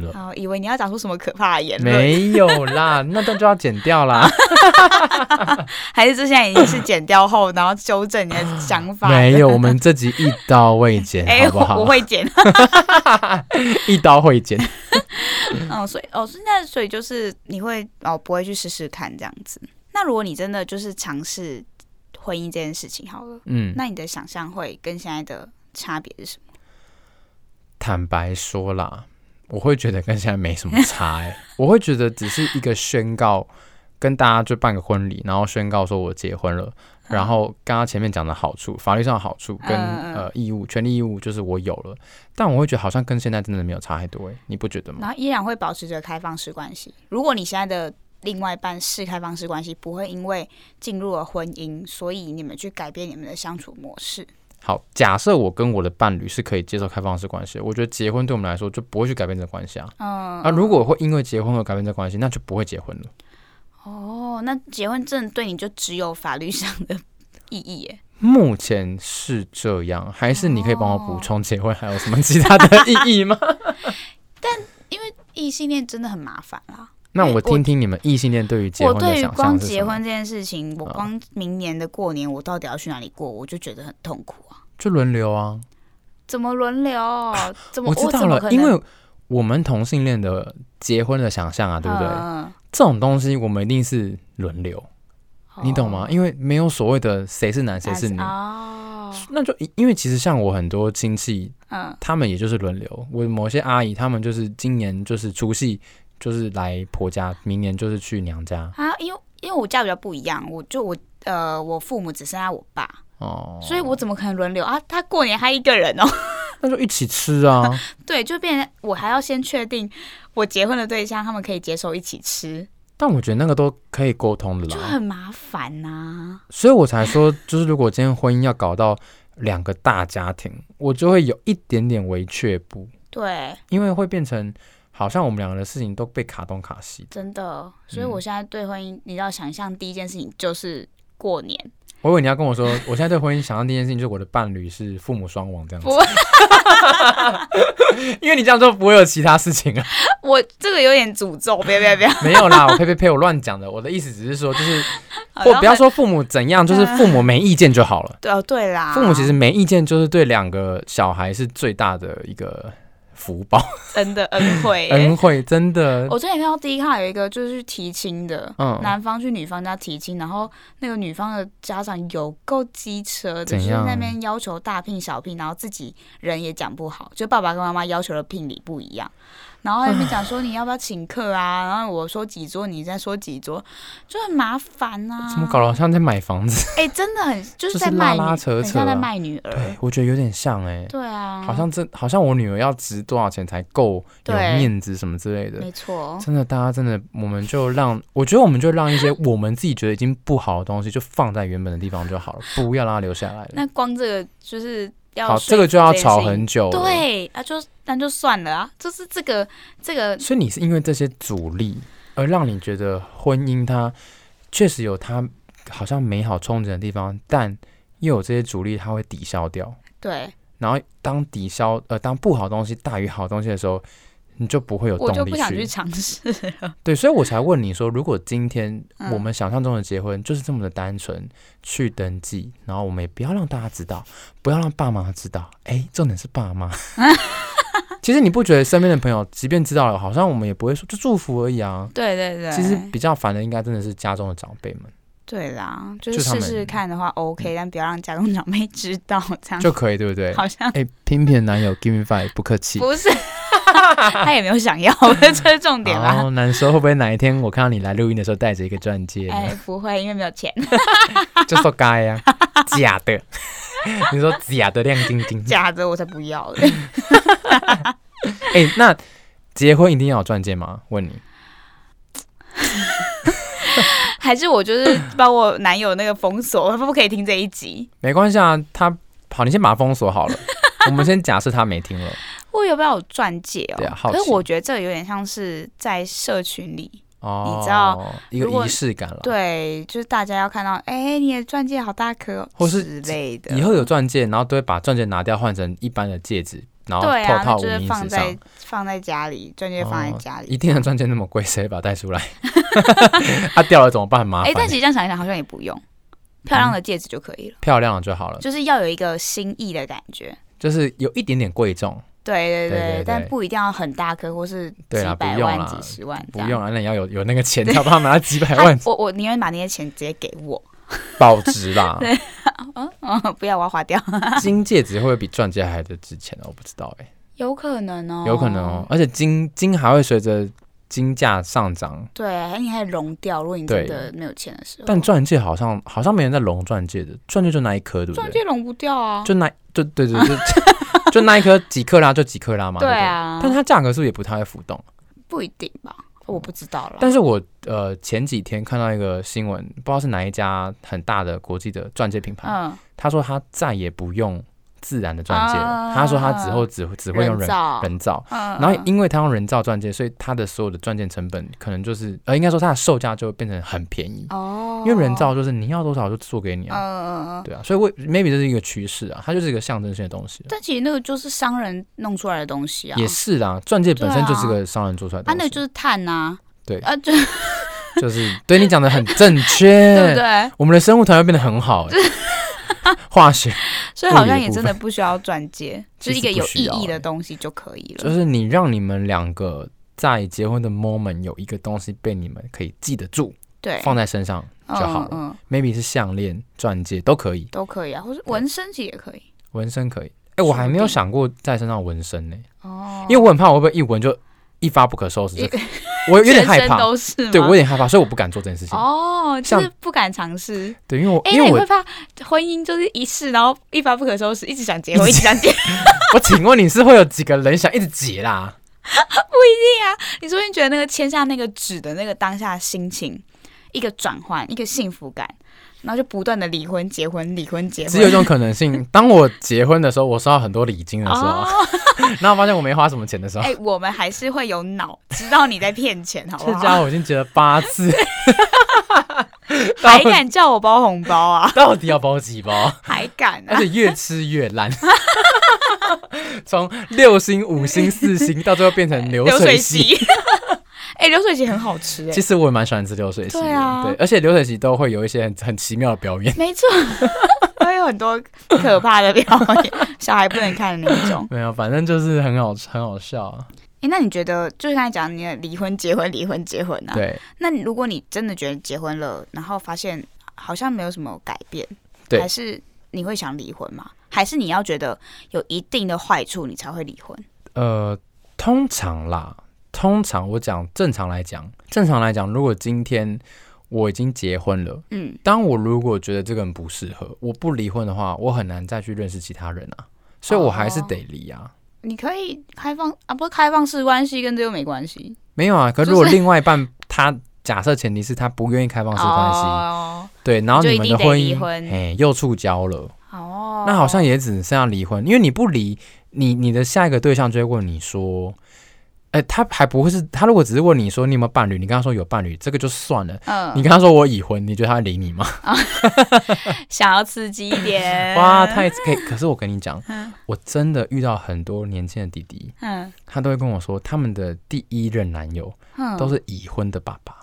[SPEAKER 1] [laughs]
[SPEAKER 2] 了。
[SPEAKER 1] 好，以为你要讲出什么可怕的言论，
[SPEAKER 2] 没有
[SPEAKER 1] [laughs]
[SPEAKER 2] 啦，那段就要剪掉啦。
[SPEAKER 1] 还是这现在已经是剪掉后，然后纠正你的想法？
[SPEAKER 2] 没有，我们这集一刀未剪，
[SPEAKER 1] [laughs] 哎、
[SPEAKER 2] 好不
[SPEAKER 1] 我
[SPEAKER 2] 好
[SPEAKER 1] 我？会剪。 [laughs]
[SPEAKER 2] 一刀会剪。
[SPEAKER 1] 嗯，所以哦，是那所以就是你会哦，不会去试试看这样子。那如果你真的就是尝试婚姻这件事情好了，
[SPEAKER 2] 嗯，
[SPEAKER 1] 那你的想象会跟现在的差别是什么？
[SPEAKER 2] 坦白说啦，我会觉得跟现在没什么差、欸，我会觉得只是一个宣告，跟大家就办个婚礼，然后宣告说我结婚了，然后刚刚前面讲的好处，法律上的好处跟
[SPEAKER 1] 嗯嗯嗯
[SPEAKER 2] 呃义务、权利义务就是我有了，但我会觉得好像跟现在真的没有差太多、欸，你不觉得吗？
[SPEAKER 1] 然后依然会保持着开放式关系。如果你现在的另外一半是开放式关系，不会因为进入了婚姻，所以你们去改变你们的相处模式。
[SPEAKER 2] 好，假设我跟我的伴侣是可以接受开放式关系的，我觉得结婚对我们来说就不会去改变这个关系啊。
[SPEAKER 1] 嗯，
[SPEAKER 2] 啊，如果会因为结婚而改变这个关系，那就不会结婚了。
[SPEAKER 1] 哦，那结婚证对你就只有法律上的意义耶。
[SPEAKER 2] 目前是这样，还是你可以帮我补
[SPEAKER 1] 哦
[SPEAKER 2] 充结婚还有什么其他的意
[SPEAKER 1] [laughs]
[SPEAKER 2] 义吗？
[SPEAKER 1] 异性恋真的很麻烦啦。
[SPEAKER 2] 那我听听你们异性恋对于结
[SPEAKER 1] 我
[SPEAKER 2] 婚的
[SPEAKER 1] 对于
[SPEAKER 2] 想
[SPEAKER 1] 光
[SPEAKER 2] 象是什
[SPEAKER 1] 结婚
[SPEAKER 2] 么？
[SPEAKER 1] 这件事情，我
[SPEAKER 2] 嗯
[SPEAKER 1] 光明年的过年我到底要去哪里过，我就觉得很痛苦啊！
[SPEAKER 2] 就轮流啊，
[SPEAKER 1] 怎么轮流？
[SPEAKER 2] [laughs]
[SPEAKER 1] 怎么
[SPEAKER 2] 我知
[SPEAKER 1] 怎
[SPEAKER 2] 道
[SPEAKER 1] 么可
[SPEAKER 2] 了，
[SPEAKER 1] 能
[SPEAKER 2] 因为我们同性恋的结婚的想象啊，对不对？
[SPEAKER 1] 嗯
[SPEAKER 2] 这种东西我们一定是轮流，你懂吗？
[SPEAKER 1] 哦
[SPEAKER 2] 因为没有所谓的谁是男谁是女，
[SPEAKER 1] 哦，
[SPEAKER 2] 那就因为其实像我很多亲戚，
[SPEAKER 1] 嗯，
[SPEAKER 2] 他们也就是轮流。我某些阿姨，他们就是今年就是除夕就是来婆家，明年就是去娘家。
[SPEAKER 1] 啊，因为因为我家比较不一样，我就我呃，我父母只剩下我爸，
[SPEAKER 2] 哦，
[SPEAKER 1] 所以我怎么可能轮流啊？他过年他一个人哦，
[SPEAKER 2] 那就一起吃啊。
[SPEAKER 1] 对，就变成我还要先确定我结婚的对象，他们可以接受一起吃，
[SPEAKER 2] 但我觉得那个都可以沟通的
[SPEAKER 1] 就
[SPEAKER 2] 啦，
[SPEAKER 1] 很麻烦呐、
[SPEAKER 2] 所以我才说，就是如果今天婚姻要搞到两个大家庭，我就会有一点点微却步，
[SPEAKER 1] 对，
[SPEAKER 2] 因为会变成好像我们两个的事情都被卡东卡西。
[SPEAKER 1] 真的，所以
[SPEAKER 2] 嗯
[SPEAKER 1] 我现在对婚姻，你要想象第一件事情就是过年，
[SPEAKER 2] 我以为你要跟我说， [laughs] 我现在对婚姻想象第一件事情就是我的伴侣是父母双亡这
[SPEAKER 1] [laughs]
[SPEAKER 2] 样子 [laughs]
[SPEAKER 1] 不，
[SPEAKER 2] 因为你这样做不会有其他事情
[SPEAKER 1] [laughs]
[SPEAKER 2] 啊。
[SPEAKER 1] 我这个有点诅咒，不要不要不
[SPEAKER 2] [laughs]
[SPEAKER 1] 要，
[SPEAKER 2] 没有啦，我呸呸呸，我乱讲的。我的意思只是说，就是
[SPEAKER 1] 好嗯
[SPEAKER 2] 哦或不要。说父母怎样，就是父母没意见就好了。
[SPEAKER 1] 对哦，对啦，
[SPEAKER 2] 父母其实没意见，就是对两个小孩是最大的一个福
[SPEAKER 1] [laughs]
[SPEAKER 2] 报
[SPEAKER 1] 真的恩惠耶、
[SPEAKER 2] [laughs] 恩惠，真的。
[SPEAKER 1] 我之前看到第一看有一个就是去提亲的，
[SPEAKER 2] 嗯
[SPEAKER 1] 男方去女方家提亲，然后那个女方的家长有够机车的，就
[SPEAKER 2] 怎
[SPEAKER 1] 是
[SPEAKER 2] 样
[SPEAKER 1] 那边要求大聘小聘，然后自己人也讲不好，就爸爸跟妈妈要求的聘礼不一样。然后那边讲说你要不要请客啊，然后我说几桌，你再说几桌，就很麻烦呐、
[SPEAKER 2] 怎么搞得好像在买房子？
[SPEAKER 1] 哎、真的很就是
[SPEAKER 2] 就是
[SPEAKER 1] 在卖女，
[SPEAKER 2] 拉拉扯扯啊
[SPEAKER 1] 很像在卖女
[SPEAKER 2] 对
[SPEAKER 1] 儿。，
[SPEAKER 2] [laughs] 我觉得有点像哎、
[SPEAKER 1] 对啊，
[SPEAKER 2] 好像这好像我女儿要值多少钱才够有
[SPEAKER 1] 对
[SPEAKER 2] 面子什么之类的。
[SPEAKER 1] 没错，
[SPEAKER 2] 真的，大家真的，我们就让，我觉得我们就让一些我们自己觉得已经不好的东西，就放在原本的地方就好了，不要让它留下来了。
[SPEAKER 1] 那光这个就是要
[SPEAKER 2] 好，
[SPEAKER 1] 说
[SPEAKER 2] 这个
[SPEAKER 1] 服
[SPEAKER 2] 就要
[SPEAKER 1] 件
[SPEAKER 2] 吵
[SPEAKER 1] 事情
[SPEAKER 2] 很久。，
[SPEAKER 1] 对啊就，那就算了啊，就是这个这个
[SPEAKER 2] 所以你是因为这些阻力，而让你觉得婚姻它确实有它好像美好憧憬的地方，但又有这些阻力，它会抵消掉。
[SPEAKER 1] 对，
[SPEAKER 2] 然后当抵消呃，当不好东西大于好东西的时候，你就不会有
[SPEAKER 1] 我就
[SPEAKER 2] 动
[SPEAKER 1] 不
[SPEAKER 2] 力
[SPEAKER 1] 想去尝试。
[SPEAKER 2] [laughs] 对，所以我才问你说，如果今天
[SPEAKER 1] 嗯
[SPEAKER 2] 我们想象中的结婚就是这么的单纯，去登记，然后我们也不要让大家知道，不要让爸妈知道。哎，重点是
[SPEAKER 1] [laughs]
[SPEAKER 2] 爸妈。其实你不觉得身边的朋友，即便知道了，好像我们也不会说就祝福而已啊。
[SPEAKER 1] 对对对，
[SPEAKER 2] 其实比较烦的，应该真的是家中的长辈们
[SPEAKER 1] 对啦，就是
[SPEAKER 2] 就他
[SPEAKER 1] 试
[SPEAKER 2] 们嗯
[SPEAKER 1] 试看的话 OK，但不要让家中长辈知道，这样
[SPEAKER 2] 就可以，对不对？
[SPEAKER 1] 啊 [laughs] 好像
[SPEAKER 2] 哎，偏偏男友 give me five，不客气。 [laughs]
[SPEAKER 1] 不是，他也没有想要，这是重点
[SPEAKER 2] 然
[SPEAKER 1] 啦。
[SPEAKER 2] 后男生会不会哪一天我看到你来录音的时候带着一个钻戒呢？
[SPEAKER 1] 哎，不会，因为没有钱，
[SPEAKER 2] 就说该呀、假的。 [laughs] 你说假的亮晶晶，
[SPEAKER 1] 假的我才不要
[SPEAKER 2] [laughs]
[SPEAKER 1] 嘞。
[SPEAKER 2] 哎、那结婚一定要有钻戒吗？问你，
[SPEAKER 1] 还是我就是把我男友那个封锁，他不可以听这一集。
[SPEAKER 2] 没关系啊。他好，你先把它封锁好
[SPEAKER 1] [laughs]
[SPEAKER 2] 了。我们先假设他没听了，
[SPEAKER 1] 我有不要有钻戒哦？
[SPEAKER 2] 对啊好
[SPEAKER 1] 可是
[SPEAKER 2] 奇
[SPEAKER 1] 我觉得这个有点像是在社群里
[SPEAKER 2] 哦，
[SPEAKER 1] 你知道
[SPEAKER 2] 一个
[SPEAKER 1] 如果
[SPEAKER 2] 仪式感了。，
[SPEAKER 1] 对，就是大家要看到，哎、你的钻戒好大颗、哦，
[SPEAKER 2] 或是
[SPEAKER 1] 之类的。
[SPEAKER 2] 以后有钻戒，然后都会把钻戒拿掉，换成一般的戒指，然后
[SPEAKER 1] 对
[SPEAKER 2] 套
[SPEAKER 1] 啊，那
[SPEAKER 2] 套无
[SPEAKER 1] 就是
[SPEAKER 2] 名
[SPEAKER 1] 放
[SPEAKER 2] 指上
[SPEAKER 1] 在。放在家里，钻戒放在家
[SPEAKER 2] [laughs] 一
[SPEAKER 1] 里。
[SPEAKER 2] 定的钻戒那么贵，谁会把它带出
[SPEAKER 1] [laughs]
[SPEAKER 2] 来？啊，掉了怎么办？很麻
[SPEAKER 1] 哎、
[SPEAKER 2] 烦。
[SPEAKER 1] 但其实这样想一想，好像也不用，
[SPEAKER 2] 嗯
[SPEAKER 1] 漂亮的戒指就可以了，
[SPEAKER 2] 漂亮了就好了，
[SPEAKER 1] 就是要有一个心意的感觉。
[SPEAKER 2] 就是有一点点贵重，
[SPEAKER 1] 对对
[SPEAKER 2] 对对对
[SPEAKER 1] 但不一定要很大颗，或是
[SPEAKER 2] 对
[SPEAKER 1] 几
[SPEAKER 2] 啦
[SPEAKER 1] 百
[SPEAKER 2] 不用
[SPEAKER 1] 万、
[SPEAKER 2] 啦
[SPEAKER 1] 几十万这
[SPEAKER 2] 不
[SPEAKER 1] 样。
[SPEAKER 2] 用啊，那你要有有那个钱，要不然拿几百
[SPEAKER 1] 他 [laughs]
[SPEAKER 2] 万
[SPEAKER 1] 我我宁愿把那些钱直接给我， [laughs]
[SPEAKER 2] 保值啦。
[SPEAKER 1] 嗯，不要我要花掉。
[SPEAKER 2] 金戒指会不会比钻戒还的值钱呢？我不知道哎、
[SPEAKER 1] 有可能哦，
[SPEAKER 2] 有可能哦。。而且金金还会随着金价上涨，
[SPEAKER 1] 对，你还融掉，如果你真
[SPEAKER 2] 对
[SPEAKER 1] 的没有钱的时候。
[SPEAKER 2] 但钻戒好像好像没人在融钻戒的，钻戒就那一颗，对不
[SPEAKER 1] 钻
[SPEAKER 2] 对？
[SPEAKER 1] 戒融不掉啊。
[SPEAKER 2] 就那就对对对，就 [laughs] 就那一颗几克拉就几克拉嘛，
[SPEAKER 1] 对
[SPEAKER 2] 不
[SPEAKER 1] 啊，
[SPEAKER 2] 但它价格是不是也不太会浮动？
[SPEAKER 1] 不一定吧，我不知道了。
[SPEAKER 2] 但是我呃前几天看到一个新闻，不知道是哪一家很大的国际的钻戒品牌，
[SPEAKER 1] 嗯，
[SPEAKER 2] 他说他再也不用自然的钻戒了，
[SPEAKER 1] 啊
[SPEAKER 2] 他说他之后只只会用人
[SPEAKER 1] 造，
[SPEAKER 2] 人造。
[SPEAKER 1] 嗯，
[SPEAKER 2] 然后
[SPEAKER 1] 嗯
[SPEAKER 2] 因为他用人造钻戒，所以他的所有的钻戒成本可能就是呃，应该说它的售价就会变成很便宜，
[SPEAKER 1] 哦，
[SPEAKER 2] 因为人造就是你要多少就做给你
[SPEAKER 1] 嗯，
[SPEAKER 2] 啊，
[SPEAKER 1] 嗯嗯嗯。
[SPEAKER 2] 对啊，所以我 maybe 这是一个趋势啊，它就是一个象征性的东西啊，
[SPEAKER 1] 但其实那个就是商人弄出来的东西啊，
[SPEAKER 2] 也是啦，钻戒本身
[SPEAKER 1] 对啊
[SPEAKER 2] 就是个商人做出来的
[SPEAKER 1] 啊，
[SPEAKER 2] 东
[SPEAKER 1] 那
[SPEAKER 2] 西，
[SPEAKER 1] 个就是碳呐，
[SPEAKER 2] 对
[SPEAKER 1] 啊，就 [laughs]
[SPEAKER 2] 就是对你讲的很正
[SPEAKER 1] 对
[SPEAKER 2] 确，
[SPEAKER 1] 不对？
[SPEAKER 2] 我们的生物团会变得很好、欸，化
[SPEAKER 1] [laughs]
[SPEAKER 2] 学
[SPEAKER 1] 所以好像也真的不需要钻
[SPEAKER 2] [laughs]
[SPEAKER 1] 戒，就是一
[SPEAKER 2] 其实
[SPEAKER 1] 个有
[SPEAKER 2] 不需
[SPEAKER 1] 意
[SPEAKER 2] 要
[SPEAKER 1] 义的
[SPEAKER 2] 欸
[SPEAKER 1] 东西就可以
[SPEAKER 2] 就
[SPEAKER 1] 了。
[SPEAKER 2] 是你让你们两个在结婚的 moment 有一个东西被你们可以记得住，
[SPEAKER 1] 对，
[SPEAKER 2] 放在身上
[SPEAKER 1] 嗯
[SPEAKER 2] 就好了
[SPEAKER 1] 嗯，嗯
[SPEAKER 2] ，maybe 是项链、钻戒都可以，
[SPEAKER 1] 都可以啊，或者纹身其实也可以。
[SPEAKER 2] 纹身可以。哎、我还没有想过在身上纹身呢、
[SPEAKER 1] 哦，
[SPEAKER 2] 因为我很怕我会不会一纹就一发不可收拾
[SPEAKER 1] 一，
[SPEAKER 2] 我有点
[SPEAKER 1] 全
[SPEAKER 2] 害
[SPEAKER 1] 身
[SPEAKER 2] 怕，
[SPEAKER 1] 都是吗
[SPEAKER 2] 对我有点害怕，所以我不敢做这件事情。
[SPEAKER 1] 哦，就
[SPEAKER 2] 像
[SPEAKER 1] 是不敢尝试。
[SPEAKER 2] 对，因为我、
[SPEAKER 1] 哎，
[SPEAKER 2] 因
[SPEAKER 1] 那
[SPEAKER 2] 为
[SPEAKER 1] 你
[SPEAKER 2] 我
[SPEAKER 1] 会怕婚姻就是一世，然后一发不可收拾，一直想结婚，一直想结婚。
[SPEAKER 2] 我请问你是会有几个人想一直结
[SPEAKER 1] [laughs]
[SPEAKER 2] 啦？
[SPEAKER 1] 你说你觉得那个签下那个纸的那个当下心情，一个转换，一个幸福感，然后就不断的离婚、结婚、离婚、结婚。
[SPEAKER 2] 只有一种可能性，当我结婚的时候，我收到很多礼金的时候，
[SPEAKER 1] 哦，
[SPEAKER 2] [laughs] 然后发现我没花什么钱的时候，
[SPEAKER 1] 哎、我们还是会有脑，知道你在骗钱，好不
[SPEAKER 2] [laughs] 这
[SPEAKER 1] 好？
[SPEAKER 2] 家伙已经结了八次，
[SPEAKER 1] 还敢叫我包红包
[SPEAKER 2] [laughs]
[SPEAKER 1] 啊？
[SPEAKER 2] [laughs] 到底要包几
[SPEAKER 1] [laughs]
[SPEAKER 2] 包？
[SPEAKER 1] 还敢
[SPEAKER 2] 而
[SPEAKER 1] 啊？
[SPEAKER 2] 且越吃越烂， [laughs] 从六星、五星、四星到最后变成流
[SPEAKER 1] 流水
[SPEAKER 2] 水席。
[SPEAKER 1] 席， [laughs] 哎、流水席很好吃哎、
[SPEAKER 2] 其实我也蛮喜欢吃流水席的，
[SPEAKER 1] 对啊
[SPEAKER 2] 而且流水席都会有一些很很奇妙的表演。
[SPEAKER 1] 没错， [laughs] 会有很多可怕的表演，小孩不能看的那种。
[SPEAKER 2] 没有，反正就是很好，很好笑啊。
[SPEAKER 1] 哎、那你觉得，就是刚才讲你的离婚、结婚、离婚、结婚啊？
[SPEAKER 2] 对
[SPEAKER 1] 那你如果你真的觉得结婚了，然后发现好像没有什么改变，
[SPEAKER 2] 对
[SPEAKER 1] 还是你会想离婚吗？还是你要觉得有一定的坏处，你才会离婚？
[SPEAKER 2] 呃，通常啦，通常我讲正常来讲，正常来讲，如果今天我已经结婚了，
[SPEAKER 1] 嗯，
[SPEAKER 2] 当我如果觉得这个人不适合，我不离婚的话，我很难再去认识其他人啊，所以我还是
[SPEAKER 1] 哦
[SPEAKER 2] 得离啊。
[SPEAKER 1] 你可以开放啊，不是开放式关系跟这又没关系，
[SPEAKER 2] 没有啊，可
[SPEAKER 1] 就是
[SPEAKER 2] 如果另外一半他假设前提是他不愿意开放式关系，
[SPEAKER 1] 哦
[SPEAKER 2] 对，然后
[SPEAKER 1] 就
[SPEAKER 2] 你
[SPEAKER 1] 一
[SPEAKER 2] 们
[SPEAKER 1] 定
[SPEAKER 2] 的
[SPEAKER 1] 得
[SPEAKER 2] 婚
[SPEAKER 1] 离
[SPEAKER 2] 姻
[SPEAKER 1] 婚
[SPEAKER 2] 哎又触礁了，
[SPEAKER 1] 哦，
[SPEAKER 2] 那好像也只剩下离婚，因为你不离，你你的下一个对象就会问你说。哎、他还不会是他。如果只是问你说你有没有伴侣，你跟他说有伴侣，这个就算了。
[SPEAKER 1] 嗯
[SPEAKER 2] 你，跟他说我已婚，你觉得他会理你吗？
[SPEAKER 1] 想要刺激一点，
[SPEAKER 2] [laughs] 哇，太可以。可是我跟你
[SPEAKER 1] [laughs]
[SPEAKER 2] 讲，我真的遇到很多年轻的弟弟，
[SPEAKER 1] 嗯
[SPEAKER 2] 他都会跟我说，他们的第一任男友
[SPEAKER 1] 嗯
[SPEAKER 2] 都是已婚的爸爸，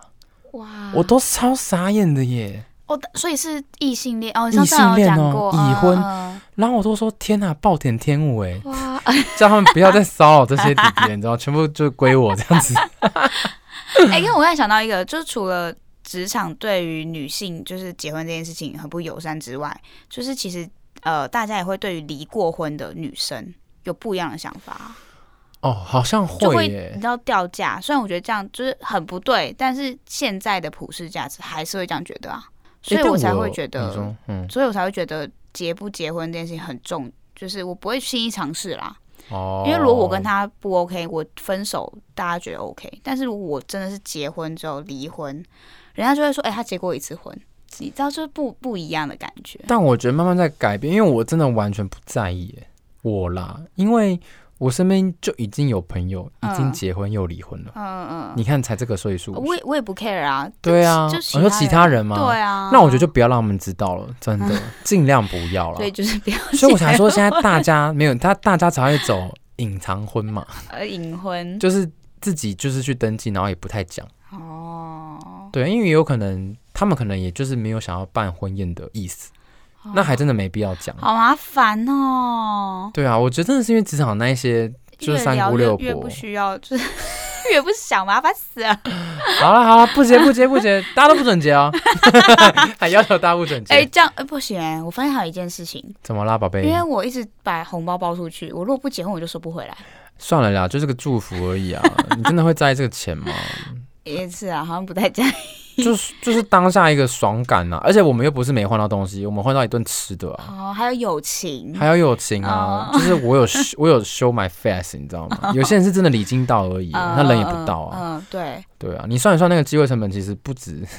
[SPEAKER 1] 哇，
[SPEAKER 2] 我都超傻眼的耶。
[SPEAKER 1] 哦，所以是异性恋哦，你上
[SPEAKER 2] 异
[SPEAKER 1] 次好像
[SPEAKER 2] 性恋
[SPEAKER 1] 有讲
[SPEAKER 2] 哦
[SPEAKER 1] 过
[SPEAKER 2] 已婚
[SPEAKER 1] 嗯嗯
[SPEAKER 2] 然后我都说天呐，暴殄天物哎，
[SPEAKER 1] 嗯哇，
[SPEAKER 2] 叫他们不要再骚扰这些弟弟了，你知道，全部就归我这样子。
[SPEAKER 1] 哎、因为我刚才想到一个，就是除了职场对于女性就是结婚这件事情很不友善之外，就是其实呃，大家也会对于离过婚的女生有不一样的想法，
[SPEAKER 2] 哦，好像
[SPEAKER 1] 就
[SPEAKER 2] 会
[SPEAKER 1] 会
[SPEAKER 2] 耶
[SPEAKER 1] 你知，道掉价。虽然我觉得这样就是很不对，但是现在的普世价值还是会这样觉得啊，所以
[SPEAKER 2] 哎诶但
[SPEAKER 1] 我才会觉
[SPEAKER 2] 你
[SPEAKER 1] 得，
[SPEAKER 2] 说嗯，
[SPEAKER 1] 所以我才会觉得结不结婚这件事情很重，就是我不会轻易尝试啦。
[SPEAKER 2] 哦，
[SPEAKER 1] 因为如果我跟，他不 OK，我分手大家觉得 OK，但是如果我真的是结婚之后离婚，人家就会说，哎、他结过一次婚，你知道，就是不不一样的感觉。
[SPEAKER 2] 但我觉得慢慢在改变，因为我真的完全不在意耶，我啦，因为我身边就已经有朋友已经
[SPEAKER 1] 嗯
[SPEAKER 2] 结婚又离婚了，
[SPEAKER 1] 嗯嗯
[SPEAKER 2] 你看才这个岁数，
[SPEAKER 1] 嗯，我也我也不 care 啊，
[SPEAKER 2] 对啊，
[SPEAKER 1] 就
[SPEAKER 2] 我
[SPEAKER 1] 其
[SPEAKER 2] 说其他人嘛，
[SPEAKER 1] 对啊，
[SPEAKER 2] 那我觉得就不要让他们知道了，真 [laughs] 的，尽量不要了
[SPEAKER 1] 所。以就是不要结婚，
[SPEAKER 2] 所以
[SPEAKER 1] [laughs]
[SPEAKER 2] 我才说，现在大家没有他，大家才会走隐藏婚嘛。
[SPEAKER 1] 呃隐婚
[SPEAKER 2] 就是自己就是去登记，然后也不太讲。
[SPEAKER 1] 哦，
[SPEAKER 2] 对，因为有可能他们可能也就是没有想要办婚宴的意思，那还真的没必要讲。
[SPEAKER 1] 哦好麻烦哦，
[SPEAKER 2] 对啊，我觉得真的是因为职场那一些，就是
[SPEAKER 1] 越
[SPEAKER 2] 三
[SPEAKER 1] 聊
[SPEAKER 2] 姑
[SPEAKER 1] 越
[SPEAKER 2] 六
[SPEAKER 1] 越
[SPEAKER 2] 婆
[SPEAKER 1] 不需要，就是 [laughs] 越不想麻烦死
[SPEAKER 2] [laughs]
[SPEAKER 1] 了。
[SPEAKER 2] 好了好了，不结不结不结，大家都不
[SPEAKER 1] [laughs]
[SPEAKER 2] 准结哦， [laughs] 还要求大家不准结，
[SPEAKER 1] 哎、这样哎、不行、我发现还有一件事情，
[SPEAKER 2] 怎么啦，宝贝
[SPEAKER 1] 因？为我一直把红包包出去，我如果不结婚，我就收不回来。
[SPEAKER 2] 算了啦，就这个祝福而已啊。你真的会在意这个钱吗？
[SPEAKER 1] 也是啊，好像不太
[SPEAKER 2] [laughs]
[SPEAKER 1] 讲。
[SPEAKER 2] 就是就是当下一个爽感呐、而且我们又不是没换到东西，我们换到一顿吃的啊，
[SPEAKER 1] 哦，还有友情，
[SPEAKER 2] 还有友情啊，
[SPEAKER 1] 哦
[SPEAKER 2] 就是我有 sh- 我有 show my face，你知道吗？有些人是真的礼金到
[SPEAKER 1] [laughs]
[SPEAKER 2] 而已，
[SPEAKER 1] 嗯
[SPEAKER 2] 他人也不到啊，
[SPEAKER 1] 嗯，嗯对，
[SPEAKER 2] 对啊，你算一算那个机会成本，其实不止。 [laughs]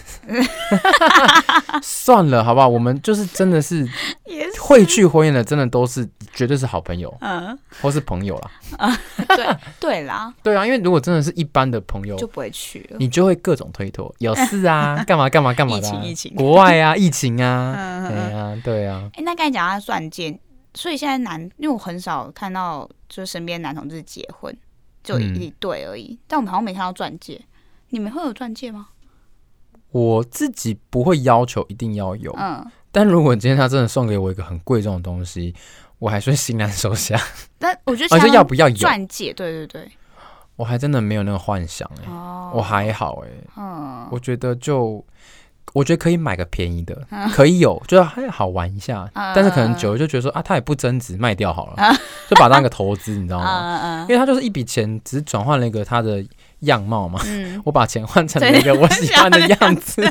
[SPEAKER 2] 算了，好不好？我们就是真的是
[SPEAKER 1] 也是，
[SPEAKER 2] 会去婚宴的，真的都是绝对是好朋友
[SPEAKER 1] 嗯，
[SPEAKER 2] 或是朋友啦。
[SPEAKER 1] 对对啦，
[SPEAKER 2] 对啊，因为如果真的是一般的朋友
[SPEAKER 1] 就，不会去了。
[SPEAKER 2] 你就会各种推脱，有事
[SPEAKER 1] [laughs]
[SPEAKER 2] 啊，干嘛干嘛干嘛的、啊，
[SPEAKER 1] 疫情疫情
[SPEAKER 2] 国外啊，疫情
[SPEAKER 1] [laughs]
[SPEAKER 2] 啊，
[SPEAKER 1] 嗯
[SPEAKER 2] 对
[SPEAKER 1] 嗯嗯。
[SPEAKER 2] 啊，对啊，
[SPEAKER 1] 哎，那刚才讲到钻戒，所以现在男，因为我很少看到，就是身边男同志结婚，就
[SPEAKER 2] 嗯
[SPEAKER 1] 一一对而已，但我们好像没看到钻戒。你们会有钻戒吗？
[SPEAKER 2] 我自己不会要求一定要有，
[SPEAKER 1] 嗯，
[SPEAKER 2] 但如果今天他真的送给我一个很贵重的东西，我还是会欣然收下。
[SPEAKER 1] 但我觉得
[SPEAKER 2] 而且
[SPEAKER 1] 像
[SPEAKER 2] 要不要有，
[SPEAKER 1] 钻戒，对对对，
[SPEAKER 2] 我还真的没有那个幻想哎、
[SPEAKER 1] 哦，
[SPEAKER 2] 我还好哎、
[SPEAKER 1] 嗯，
[SPEAKER 2] 我觉得就。我觉得可以买个便宜的，可以有，就是还好玩一下，
[SPEAKER 1] 嗯
[SPEAKER 2] 但是可能久了就觉得说啊，它也不增值，卖掉好了，就把它当个投资，你知
[SPEAKER 1] [laughs]
[SPEAKER 2] 道
[SPEAKER 1] 嗯
[SPEAKER 2] 吗？
[SPEAKER 1] 嗯
[SPEAKER 2] 因为它就是一笔钱，只是转换了一个它的样貌嘛， [laughs]
[SPEAKER 1] 嗯，
[SPEAKER 2] 我把钱换成了
[SPEAKER 1] [laughs]
[SPEAKER 2] 一个我喜欢的样子。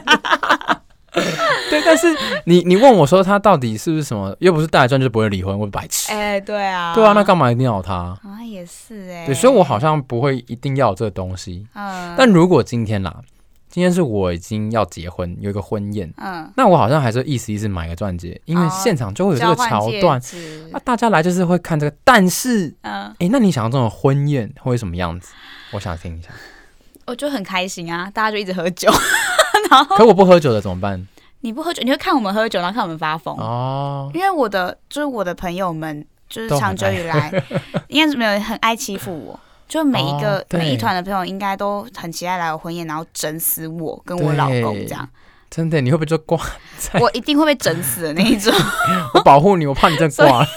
[SPEAKER 2] 对，但是你你问我说他到底是不是什么？又不是大来赚就不会离婚，我白痴。
[SPEAKER 1] 哎、对啊，
[SPEAKER 2] 对啊，那干嘛一定要有他？
[SPEAKER 1] 啊也是哎、
[SPEAKER 2] 对，所以我好像不会一定要有这个东西。
[SPEAKER 1] 嗯，
[SPEAKER 2] 但如果今天啦，今天是我已经要结婚，有一个婚宴，
[SPEAKER 1] 嗯，
[SPEAKER 2] 那我好像还是意思意思买个钻戒，因为
[SPEAKER 1] 哦
[SPEAKER 2] 现场就会有这
[SPEAKER 1] 交
[SPEAKER 2] 个
[SPEAKER 1] 换
[SPEAKER 2] 桥
[SPEAKER 1] 戒
[SPEAKER 2] 段。
[SPEAKER 1] 指
[SPEAKER 2] 那、大家来就是会看这个，但是，
[SPEAKER 1] 嗯，
[SPEAKER 2] 哎、那你想象中的婚宴会是什么样子？我想听
[SPEAKER 1] [laughs]
[SPEAKER 2] 一下。
[SPEAKER 1] 我就很开心啊，大家就一直喝酒。 [laughs]
[SPEAKER 2] 可我不喝酒的怎么办？
[SPEAKER 1] 你不喝酒，你会看我们喝酒，然后看我们发疯。
[SPEAKER 2] 哦，
[SPEAKER 1] 因为我的就是我的朋友们，就是
[SPEAKER 2] 都
[SPEAKER 1] 长
[SPEAKER 2] 很
[SPEAKER 1] 久以来， [laughs] 应该是没有人很爱欺负我。就每一个、呃
[SPEAKER 2] 哦对
[SPEAKER 1] 每一团的朋友，应该都很期待来我婚宴，然后整死我跟我老公
[SPEAKER 2] 对
[SPEAKER 1] 这样，
[SPEAKER 2] 真的，你会不
[SPEAKER 1] [laughs]
[SPEAKER 2] 会就挂在？
[SPEAKER 1] 我一定会被整死的那一
[SPEAKER 2] [laughs]
[SPEAKER 1] 种。
[SPEAKER 2] 我保护你，我怕你再挂了。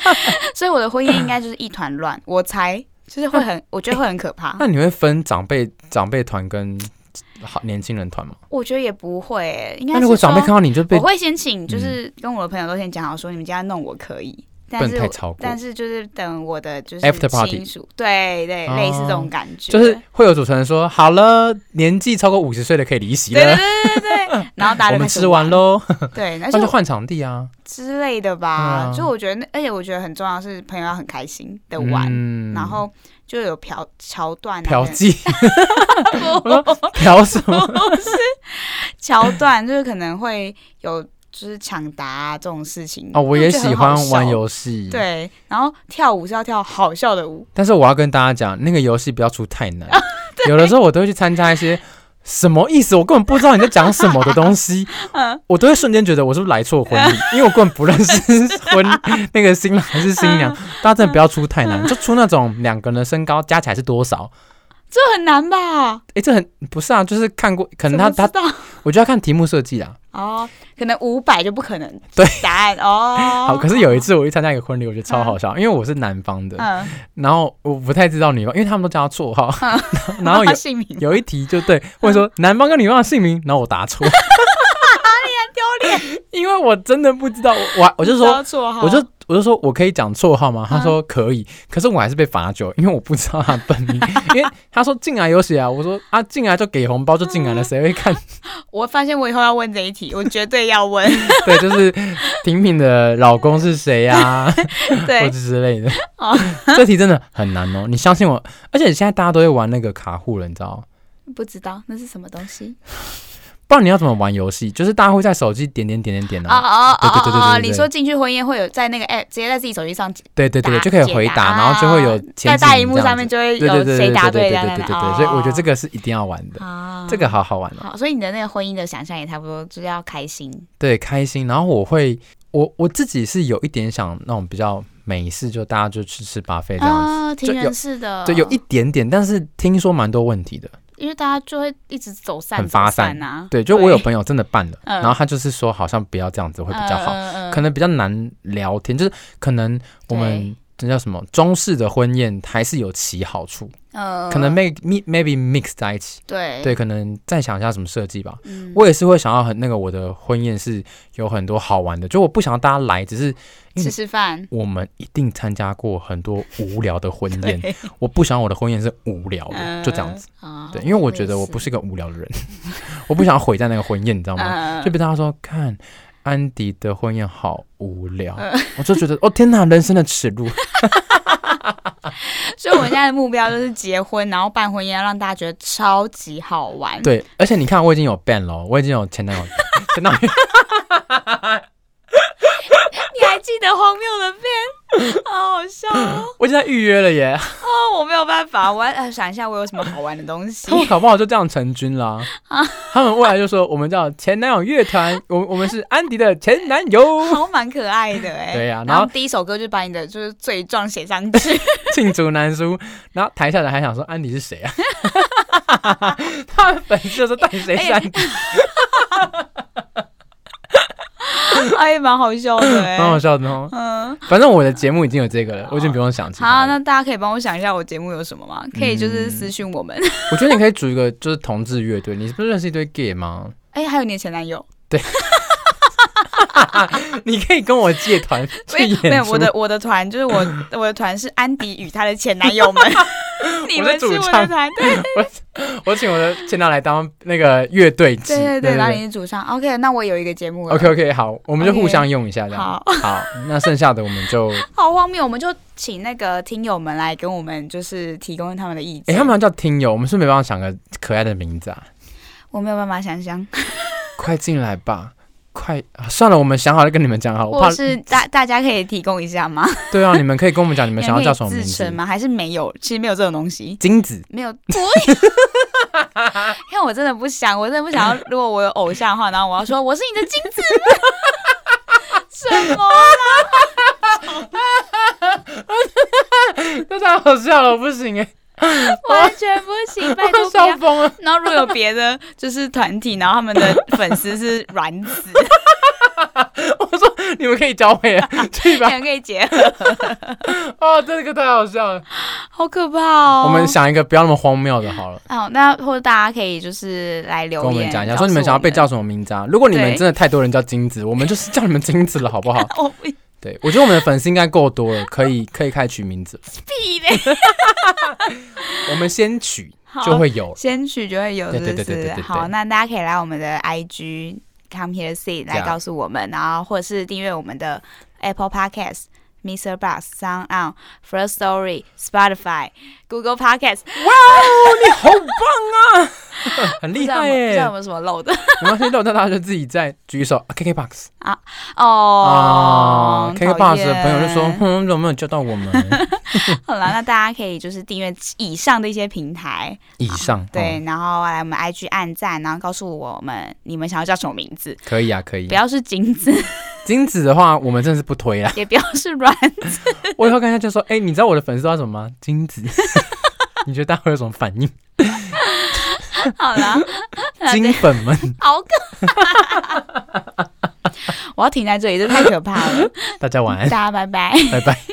[SPEAKER 1] [laughs] 所以我的婚宴应该就是一团乱，我猜就是会很，我觉得会很可怕。
[SPEAKER 2] [laughs] 那你会分长辈长辈团跟好年轻人团吗？
[SPEAKER 1] 我觉得也不会、欸，应该
[SPEAKER 2] 那
[SPEAKER 1] 是
[SPEAKER 2] 如果长辈
[SPEAKER 1] 说
[SPEAKER 2] 看到你就被嗯
[SPEAKER 1] 我会先请，就是跟我的朋友都先讲好，说你们家弄我可以，
[SPEAKER 2] 不
[SPEAKER 1] 但
[SPEAKER 2] 能
[SPEAKER 1] 是
[SPEAKER 2] 太
[SPEAKER 1] 我
[SPEAKER 2] 超过
[SPEAKER 1] 但，是就是等我的就是
[SPEAKER 2] After party
[SPEAKER 1] 亲属，对对，
[SPEAKER 2] 哦
[SPEAKER 1] 类似这种感觉，
[SPEAKER 2] 就是会有主持人说好了，年纪超过五十岁的可以离席
[SPEAKER 1] 对对
[SPEAKER 2] 了，
[SPEAKER 1] 对对对，然后大家
[SPEAKER 2] 我
[SPEAKER 1] 就
[SPEAKER 2] 们
[SPEAKER 1] 开始
[SPEAKER 2] 吃完喽，
[SPEAKER 1] 玩，
[SPEAKER 2] [laughs]
[SPEAKER 1] 对，而
[SPEAKER 2] 那
[SPEAKER 1] 且
[SPEAKER 2] 就
[SPEAKER 1] 我
[SPEAKER 2] 换场地啊，
[SPEAKER 1] 之类的
[SPEAKER 2] 对
[SPEAKER 1] 吧
[SPEAKER 2] 啊，
[SPEAKER 1] 就我觉得那，而且我觉得很重要的是朋友要很开心的玩，
[SPEAKER 2] 嗯
[SPEAKER 1] 然后就有桥桥段啊，
[SPEAKER 2] 嫖
[SPEAKER 1] 跟 [laughs]
[SPEAKER 2] 妓，我说嫖什么？
[SPEAKER 1] 桥段就是可能会有就是抢答啊这种事情
[SPEAKER 2] 哦，我也喜欢
[SPEAKER 1] 就觉得很
[SPEAKER 2] 玩。
[SPEAKER 1] 好笑
[SPEAKER 2] 游戏，，
[SPEAKER 1] 对，然后跳舞是要跳好笑的舞，
[SPEAKER 2] 但是我要跟大家讲，那个游戏不要出太
[SPEAKER 1] [laughs]
[SPEAKER 2] 难。有的时候我都会去参加一些什么意思，我根本不知道你在讲什么的
[SPEAKER 1] [laughs]
[SPEAKER 2] 东西，我都会瞬间觉得我是不是来错婚礼，
[SPEAKER 1] 嗯
[SPEAKER 2] 因为我根本不认识
[SPEAKER 1] [laughs]
[SPEAKER 2] 婚那个新郎还是新
[SPEAKER 1] 嗯
[SPEAKER 2] 娘。大家真的不要出太难，就出那种两个人的身高加起来是多少。
[SPEAKER 1] 这很难吧？
[SPEAKER 2] 诶，这很不是啊，就是看过，可能他
[SPEAKER 1] 怎么
[SPEAKER 2] 他
[SPEAKER 1] 知，道
[SPEAKER 2] 我就要看题目设计啦。
[SPEAKER 1] 哦，可能五百就不可能
[SPEAKER 2] 对
[SPEAKER 1] 答案哦。
[SPEAKER 2] 好，可是有一次我去参加一个婚礼，我觉得超好笑，因为我是南方的，
[SPEAKER 1] 嗯，
[SPEAKER 2] 然后我不太知道女方，因为他们都叫她绰号， [laughs] 然后有
[SPEAKER 1] 他姓名
[SPEAKER 2] 有一题就对，
[SPEAKER 1] 嗯
[SPEAKER 2] 问说男方跟女方的姓名，然后我答
[SPEAKER 1] [laughs]
[SPEAKER 2] 错，你很
[SPEAKER 1] 啊
[SPEAKER 2] 丢脸，因为我真的不知道，我我我就说，
[SPEAKER 1] 错号，
[SPEAKER 2] 我就我就说我可以讲绰号
[SPEAKER 1] 嗯
[SPEAKER 2] 吗？他说可以，可是我还是被罚酒，因为我不知道他的本
[SPEAKER 1] [laughs]
[SPEAKER 2] 名，因为他说进来有写啊，我说啊进来就给红包就进
[SPEAKER 1] 嗯
[SPEAKER 2] 来了，谁会看？ [laughs]
[SPEAKER 1] 我发现我以后要问这一题，我绝对要问。
[SPEAKER 2] 对，就是 [laughs] 婷婷的老公是谁啊呀，或者
[SPEAKER 1] 对，
[SPEAKER 2] 之类的
[SPEAKER 1] 哎 [laughs] 哦，
[SPEAKER 2] [laughs] 这题真的很难哦，你相信我，而且现在大家都会玩那个卡户了，你知道吗？
[SPEAKER 1] 不知道那是什么东西
[SPEAKER 2] 不然你要怎么玩游戏？就是大家会在手机点点点点点
[SPEAKER 1] 哦哦
[SPEAKER 2] 啊，
[SPEAKER 1] 哦
[SPEAKER 2] 对对对对
[SPEAKER 1] 哦哦！
[SPEAKER 2] 对对
[SPEAKER 1] 你说进去婚宴会有在那个 app 直接在自己手机上
[SPEAKER 2] 对对对，
[SPEAKER 1] 答
[SPEAKER 2] 就可以回
[SPEAKER 1] 解
[SPEAKER 2] 答，
[SPEAKER 1] 答
[SPEAKER 2] 然后就会有前
[SPEAKER 1] 在
[SPEAKER 2] 几
[SPEAKER 1] 大
[SPEAKER 2] 名
[SPEAKER 1] 荧幕
[SPEAKER 2] 这样
[SPEAKER 1] 上面
[SPEAKER 2] 子
[SPEAKER 1] 就会
[SPEAKER 2] 对对
[SPEAKER 1] 有
[SPEAKER 2] 对
[SPEAKER 1] 谁
[SPEAKER 2] 对
[SPEAKER 1] 答
[SPEAKER 2] 对
[SPEAKER 1] 对
[SPEAKER 2] 对
[SPEAKER 1] 这
[SPEAKER 2] 对
[SPEAKER 1] 样
[SPEAKER 2] 对
[SPEAKER 1] 的哦
[SPEAKER 2] 对对，所以我觉得这个是一定要玩的，
[SPEAKER 1] 啊
[SPEAKER 2] 这个好好玩哦，
[SPEAKER 1] 好，所以你的那个婚姻的想象也差不多，就是要开心。
[SPEAKER 2] 对，开心。然后我会，我我自己是有一点想那种比较美式，就大家就去吃 buffet 这样子，
[SPEAKER 1] 啊，
[SPEAKER 2] 就
[SPEAKER 1] 挺
[SPEAKER 2] 有
[SPEAKER 1] 人式的，
[SPEAKER 2] 对，有一，点点，但是听说蛮多问题的，
[SPEAKER 1] 因为大家就会一直走散，
[SPEAKER 2] 很发
[SPEAKER 1] 走
[SPEAKER 2] 散
[SPEAKER 1] 啊。
[SPEAKER 2] 对，就我有朋友真的办了，
[SPEAKER 1] 嗯
[SPEAKER 2] 然后他就是说好像不要这样子会比较好，
[SPEAKER 1] 嗯嗯嗯
[SPEAKER 2] 可能比较难聊天，就是可能我们
[SPEAKER 1] 对
[SPEAKER 2] 这叫什么中式的婚宴，还是有其好处，
[SPEAKER 1] 呃，
[SPEAKER 2] 可能 may mi- maybe mix 在一起。
[SPEAKER 1] 对
[SPEAKER 2] 对，可能再想一下什么设计吧。
[SPEAKER 1] 嗯
[SPEAKER 2] 我也是会想要很那个我的婚宴是有很多好玩的，就我不想要大家来，只是因为
[SPEAKER 1] 吃吃饭，
[SPEAKER 2] 我们一定参加过很多无聊的婚
[SPEAKER 1] [laughs]
[SPEAKER 2] 宴，
[SPEAKER 1] 对
[SPEAKER 2] 我不想我的婚宴是无聊的，
[SPEAKER 1] 嗯
[SPEAKER 2] 就这样子。
[SPEAKER 1] 啊
[SPEAKER 2] 对，因为我觉哦得我不是嗯个无聊的人， [laughs] 我不想要毁在那个婚宴，你知道吗？
[SPEAKER 1] 呃
[SPEAKER 2] 就被大家说看安迪的婚宴好无聊， [laughs] 我就觉得哦天哪，人生的耻 [laughs] 辱。
[SPEAKER 1] 所以我们现在的目标就是结婚，然后办婚宴，让大家觉得超级好玩。
[SPEAKER 2] [laughs] 对，而且你看我已经有 ban 了哦， [laughs] 我已经有前男友，前男友
[SPEAKER 1] 你还记得荒谬的片？ [laughs] 好好笑哦！
[SPEAKER 2] 我已经在预约了 [laughs] 耶，
[SPEAKER 1] 哦我没有办法， [laughs] 我要呃想一下我有什么好玩的东西
[SPEAKER 2] [laughs] 他。们搞不好就这样成军啦。 [laughs] 他们未来就说我们叫前男友乐团，我我们是安迪的前男 [laughs] 友，
[SPEAKER 1] 好蛮可爱的哎、
[SPEAKER 2] 对啊呀然
[SPEAKER 1] 然
[SPEAKER 2] 后
[SPEAKER 1] 后第一首歌就把你的就是罪状写上去， [laughs]
[SPEAKER 2] 罄竹难书。然后台下人还想说安迪是谁啊？ [laughs] 他们粉丝就说到底谁是安迪？
[SPEAKER 1] 哎，蛮好笑的哎、
[SPEAKER 2] [laughs] 蛮好笑的哦。
[SPEAKER 1] 嗯，哦
[SPEAKER 2] 反正我的节目已经有这个了，我已经不用想其他嗯
[SPEAKER 1] 好，
[SPEAKER 2] 了。
[SPEAKER 1] 那大家可以帮我想一下我节目有什么吗？可以就是私讯我们。 [laughs]
[SPEAKER 2] 我觉得你可以组一个就是同志乐队，你是不是认识一堆
[SPEAKER 1] [laughs]
[SPEAKER 2] gay 吗？
[SPEAKER 1] 哎、还有你的前男
[SPEAKER 2] [laughs]
[SPEAKER 1] 友？
[SPEAKER 2] 你可以跟我借团 [laughs] 去
[SPEAKER 1] 没有
[SPEAKER 2] 演出。
[SPEAKER 1] 没有，我的我的团就是我
[SPEAKER 2] [laughs]
[SPEAKER 1] 我的团是安迪与他的前男友们，你
[SPEAKER 2] 我
[SPEAKER 1] 们
[SPEAKER 2] 是
[SPEAKER 1] 是
[SPEAKER 2] 主
[SPEAKER 1] 我
[SPEAKER 2] 唱
[SPEAKER 1] 的团，对
[SPEAKER 2] 我请我的前男友来当那个乐队之
[SPEAKER 1] 对对对，然后你是主唱。OK，那我有一个节目了
[SPEAKER 2] OK OK，好，我们就
[SPEAKER 1] OK
[SPEAKER 2] 互相用一下这样。
[SPEAKER 1] 好 [laughs]
[SPEAKER 2] 好，那剩下的我们就，
[SPEAKER 1] 好荒谬，我们就请那个听友们来跟我们就是提供他们的意见。
[SPEAKER 2] 哎，他们要叫听友，我们是不是没办法想个可爱的名字啊，
[SPEAKER 1] 我没有办法想象，
[SPEAKER 2] 快进来吧，快啊！算了，我们想好了跟你们讲好，我
[SPEAKER 1] 或
[SPEAKER 2] 怕
[SPEAKER 1] 者是大大家可以提供一下吗？
[SPEAKER 2] 对啊，你们可以跟我们讲你
[SPEAKER 1] 你
[SPEAKER 2] 们想要叫什么
[SPEAKER 1] 可以 [laughs]
[SPEAKER 2] 名
[SPEAKER 1] 自称
[SPEAKER 2] 字。
[SPEAKER 1] 吗？还是没有？其实没有这种东西，[laughs]
[SPEAKER 2] 金子， [laughs]
[SPEAKER 1] 没有。不因为我真的不想，我真的不想要。
[SPEAKER 2] [laughs]
[SPEAKER 1] 如果我有偶像的话，然后我要说我是你的金子 [laughs] 吗？什么？
[SPEAKER 2] 这太好笑了，我不行哎，
[SPEAKER 1] 完全不
[SPEAKER 2] [laughs]
[SPEAKER 1] 行，拜托不要
[SPEAKER 2] 笑。疯了。
[SPEAKER 1] 然后如果有别的就是团体，然后他们的粉丝是软
[SPEAKER 2] [laughs]
[SPEAKER 1] 子， [laughs]
[SPEAKER 2] 我说 [laughs] 你们可以交配啊，去
[SPEAKER 1] 你
[SPEAKER 2] 吧。
[SPEAKER 1] 们可以结合，
[SPEAKER 2] 哦，这个太好笑了。
[SPEAKER 1] 好可怕哦。
[SPEAKER 2] 我们想一个不要那么荒谬的好了。
[SPEAKER 1] 哦，那或者大家可以就是来留
[SPEAKER 2] 跟我
[SPEAKER 1] 言，
[SPEAKER 2] 们讲一下，
[SPEAKER 1] 告诉
[SPEAKER 2] 说你们想要被
[SPEAKER 1] 我
[SPEAKER 2] 叫什么名字啊？如果你们
[SPEAKER 1] 对
[SPEAKER 2] 真的太多人叫金子，我们就是叫你们金子了，好不好？
[SPEAKER 1] 们，我哦不
[SPEAKER 2] 对，我觉得我们的粉丝应该够多了，可以可以开始取名字。
[SPEAKER 1] 必嘞，
[SPEAKER 2] 我们先取
[SPEAKER 1] 好
[SPEAKER 2] 就会有了。
[SPEAKER 1] 先取就会有，
[SPEAKER 2] 对
[SPEAKER 1] 是
[SPEAKER 2] 对
[SPEAKER 1] 不
[SPEAKER 2] 对
[SPEAKER 1] 是？
[SPEAKER 2] 对对对对
[SPEAKER 1] 好，那大家可以来我们的 IG come here see 来
[SPEAKER 2] 样
[SPEAKER 1] 告诉我们，然后或者是订阅我们的 Apple Podcast。Mr. Bus、Sound On、First Story、Spotify、Google Podcast，
[SPEAKER 2] 哇哦，你好棒啊， [laughs] 很
[SPEAKER 1] 不知
[SPEAKER 2] 厉
[SPEAKER 1] 道
[SPEAKER 2] 害
[SPEAKER 1] 有没有不知道有
[SPEAKER 2] 耶！
[SPEAKER 1] 没有什么漏的 [laughs]
[SPEAKER 2] 没关系，那大家就自己再举手。KKBox
[SPEAKER 1] 哦
[SPEAKER 2] 啊。，KKBox 的朋友就
[SPEAKER 1] [laughs]
[SPEAKER 2] 说
[SPEAKER 1] 讨：“
[SPEAKER 2] 嗯
[SPEAKER 1] 厌
[SPEAKER 2] 哼，怎么没有叫到我们？”
[SPEAKER 1] [laughs] 好了，那大家可以就是订阅以上的一些平台，
[SPEAKER 2] 以上
[SPEAKER 1] 对，
[SPEAKER 2] 哦
[SPEAKER 1] 然后来我们 IG 按赞，然后告诉我们你们想要叫什么名字，
[SPEAKER 2] 可以啊，可以
[SPEAKER 1] 不。要是金子， [laughs]
[SPEAKER 2] 金子的话，我们真的是不推啊啦。
[SPEAKER 1] 也不要是软， [laughs]
[SPEAKER 2] 我以后跟他就说：“哎，你知道我的粉丝叫什么吗？金子。” [laughs] 你觉得大家会有什么反应？
[SPEAKER 1] 好啦，那
[SPEAKER 2] 金
[SPEAKER 1] 这
[SPEAKER 2] 粉们，
[SPEAKER 1] 好可 [laughs] 怕，我要停在这里，这太可怕了，
[SPEAKER 2] 大家晚
[SPEAKER 1] [laughs]
[SPEAKER 2] 安
[SPEAKER 1] 大，家拜拜。
[SPEAKER 2] 拜拜。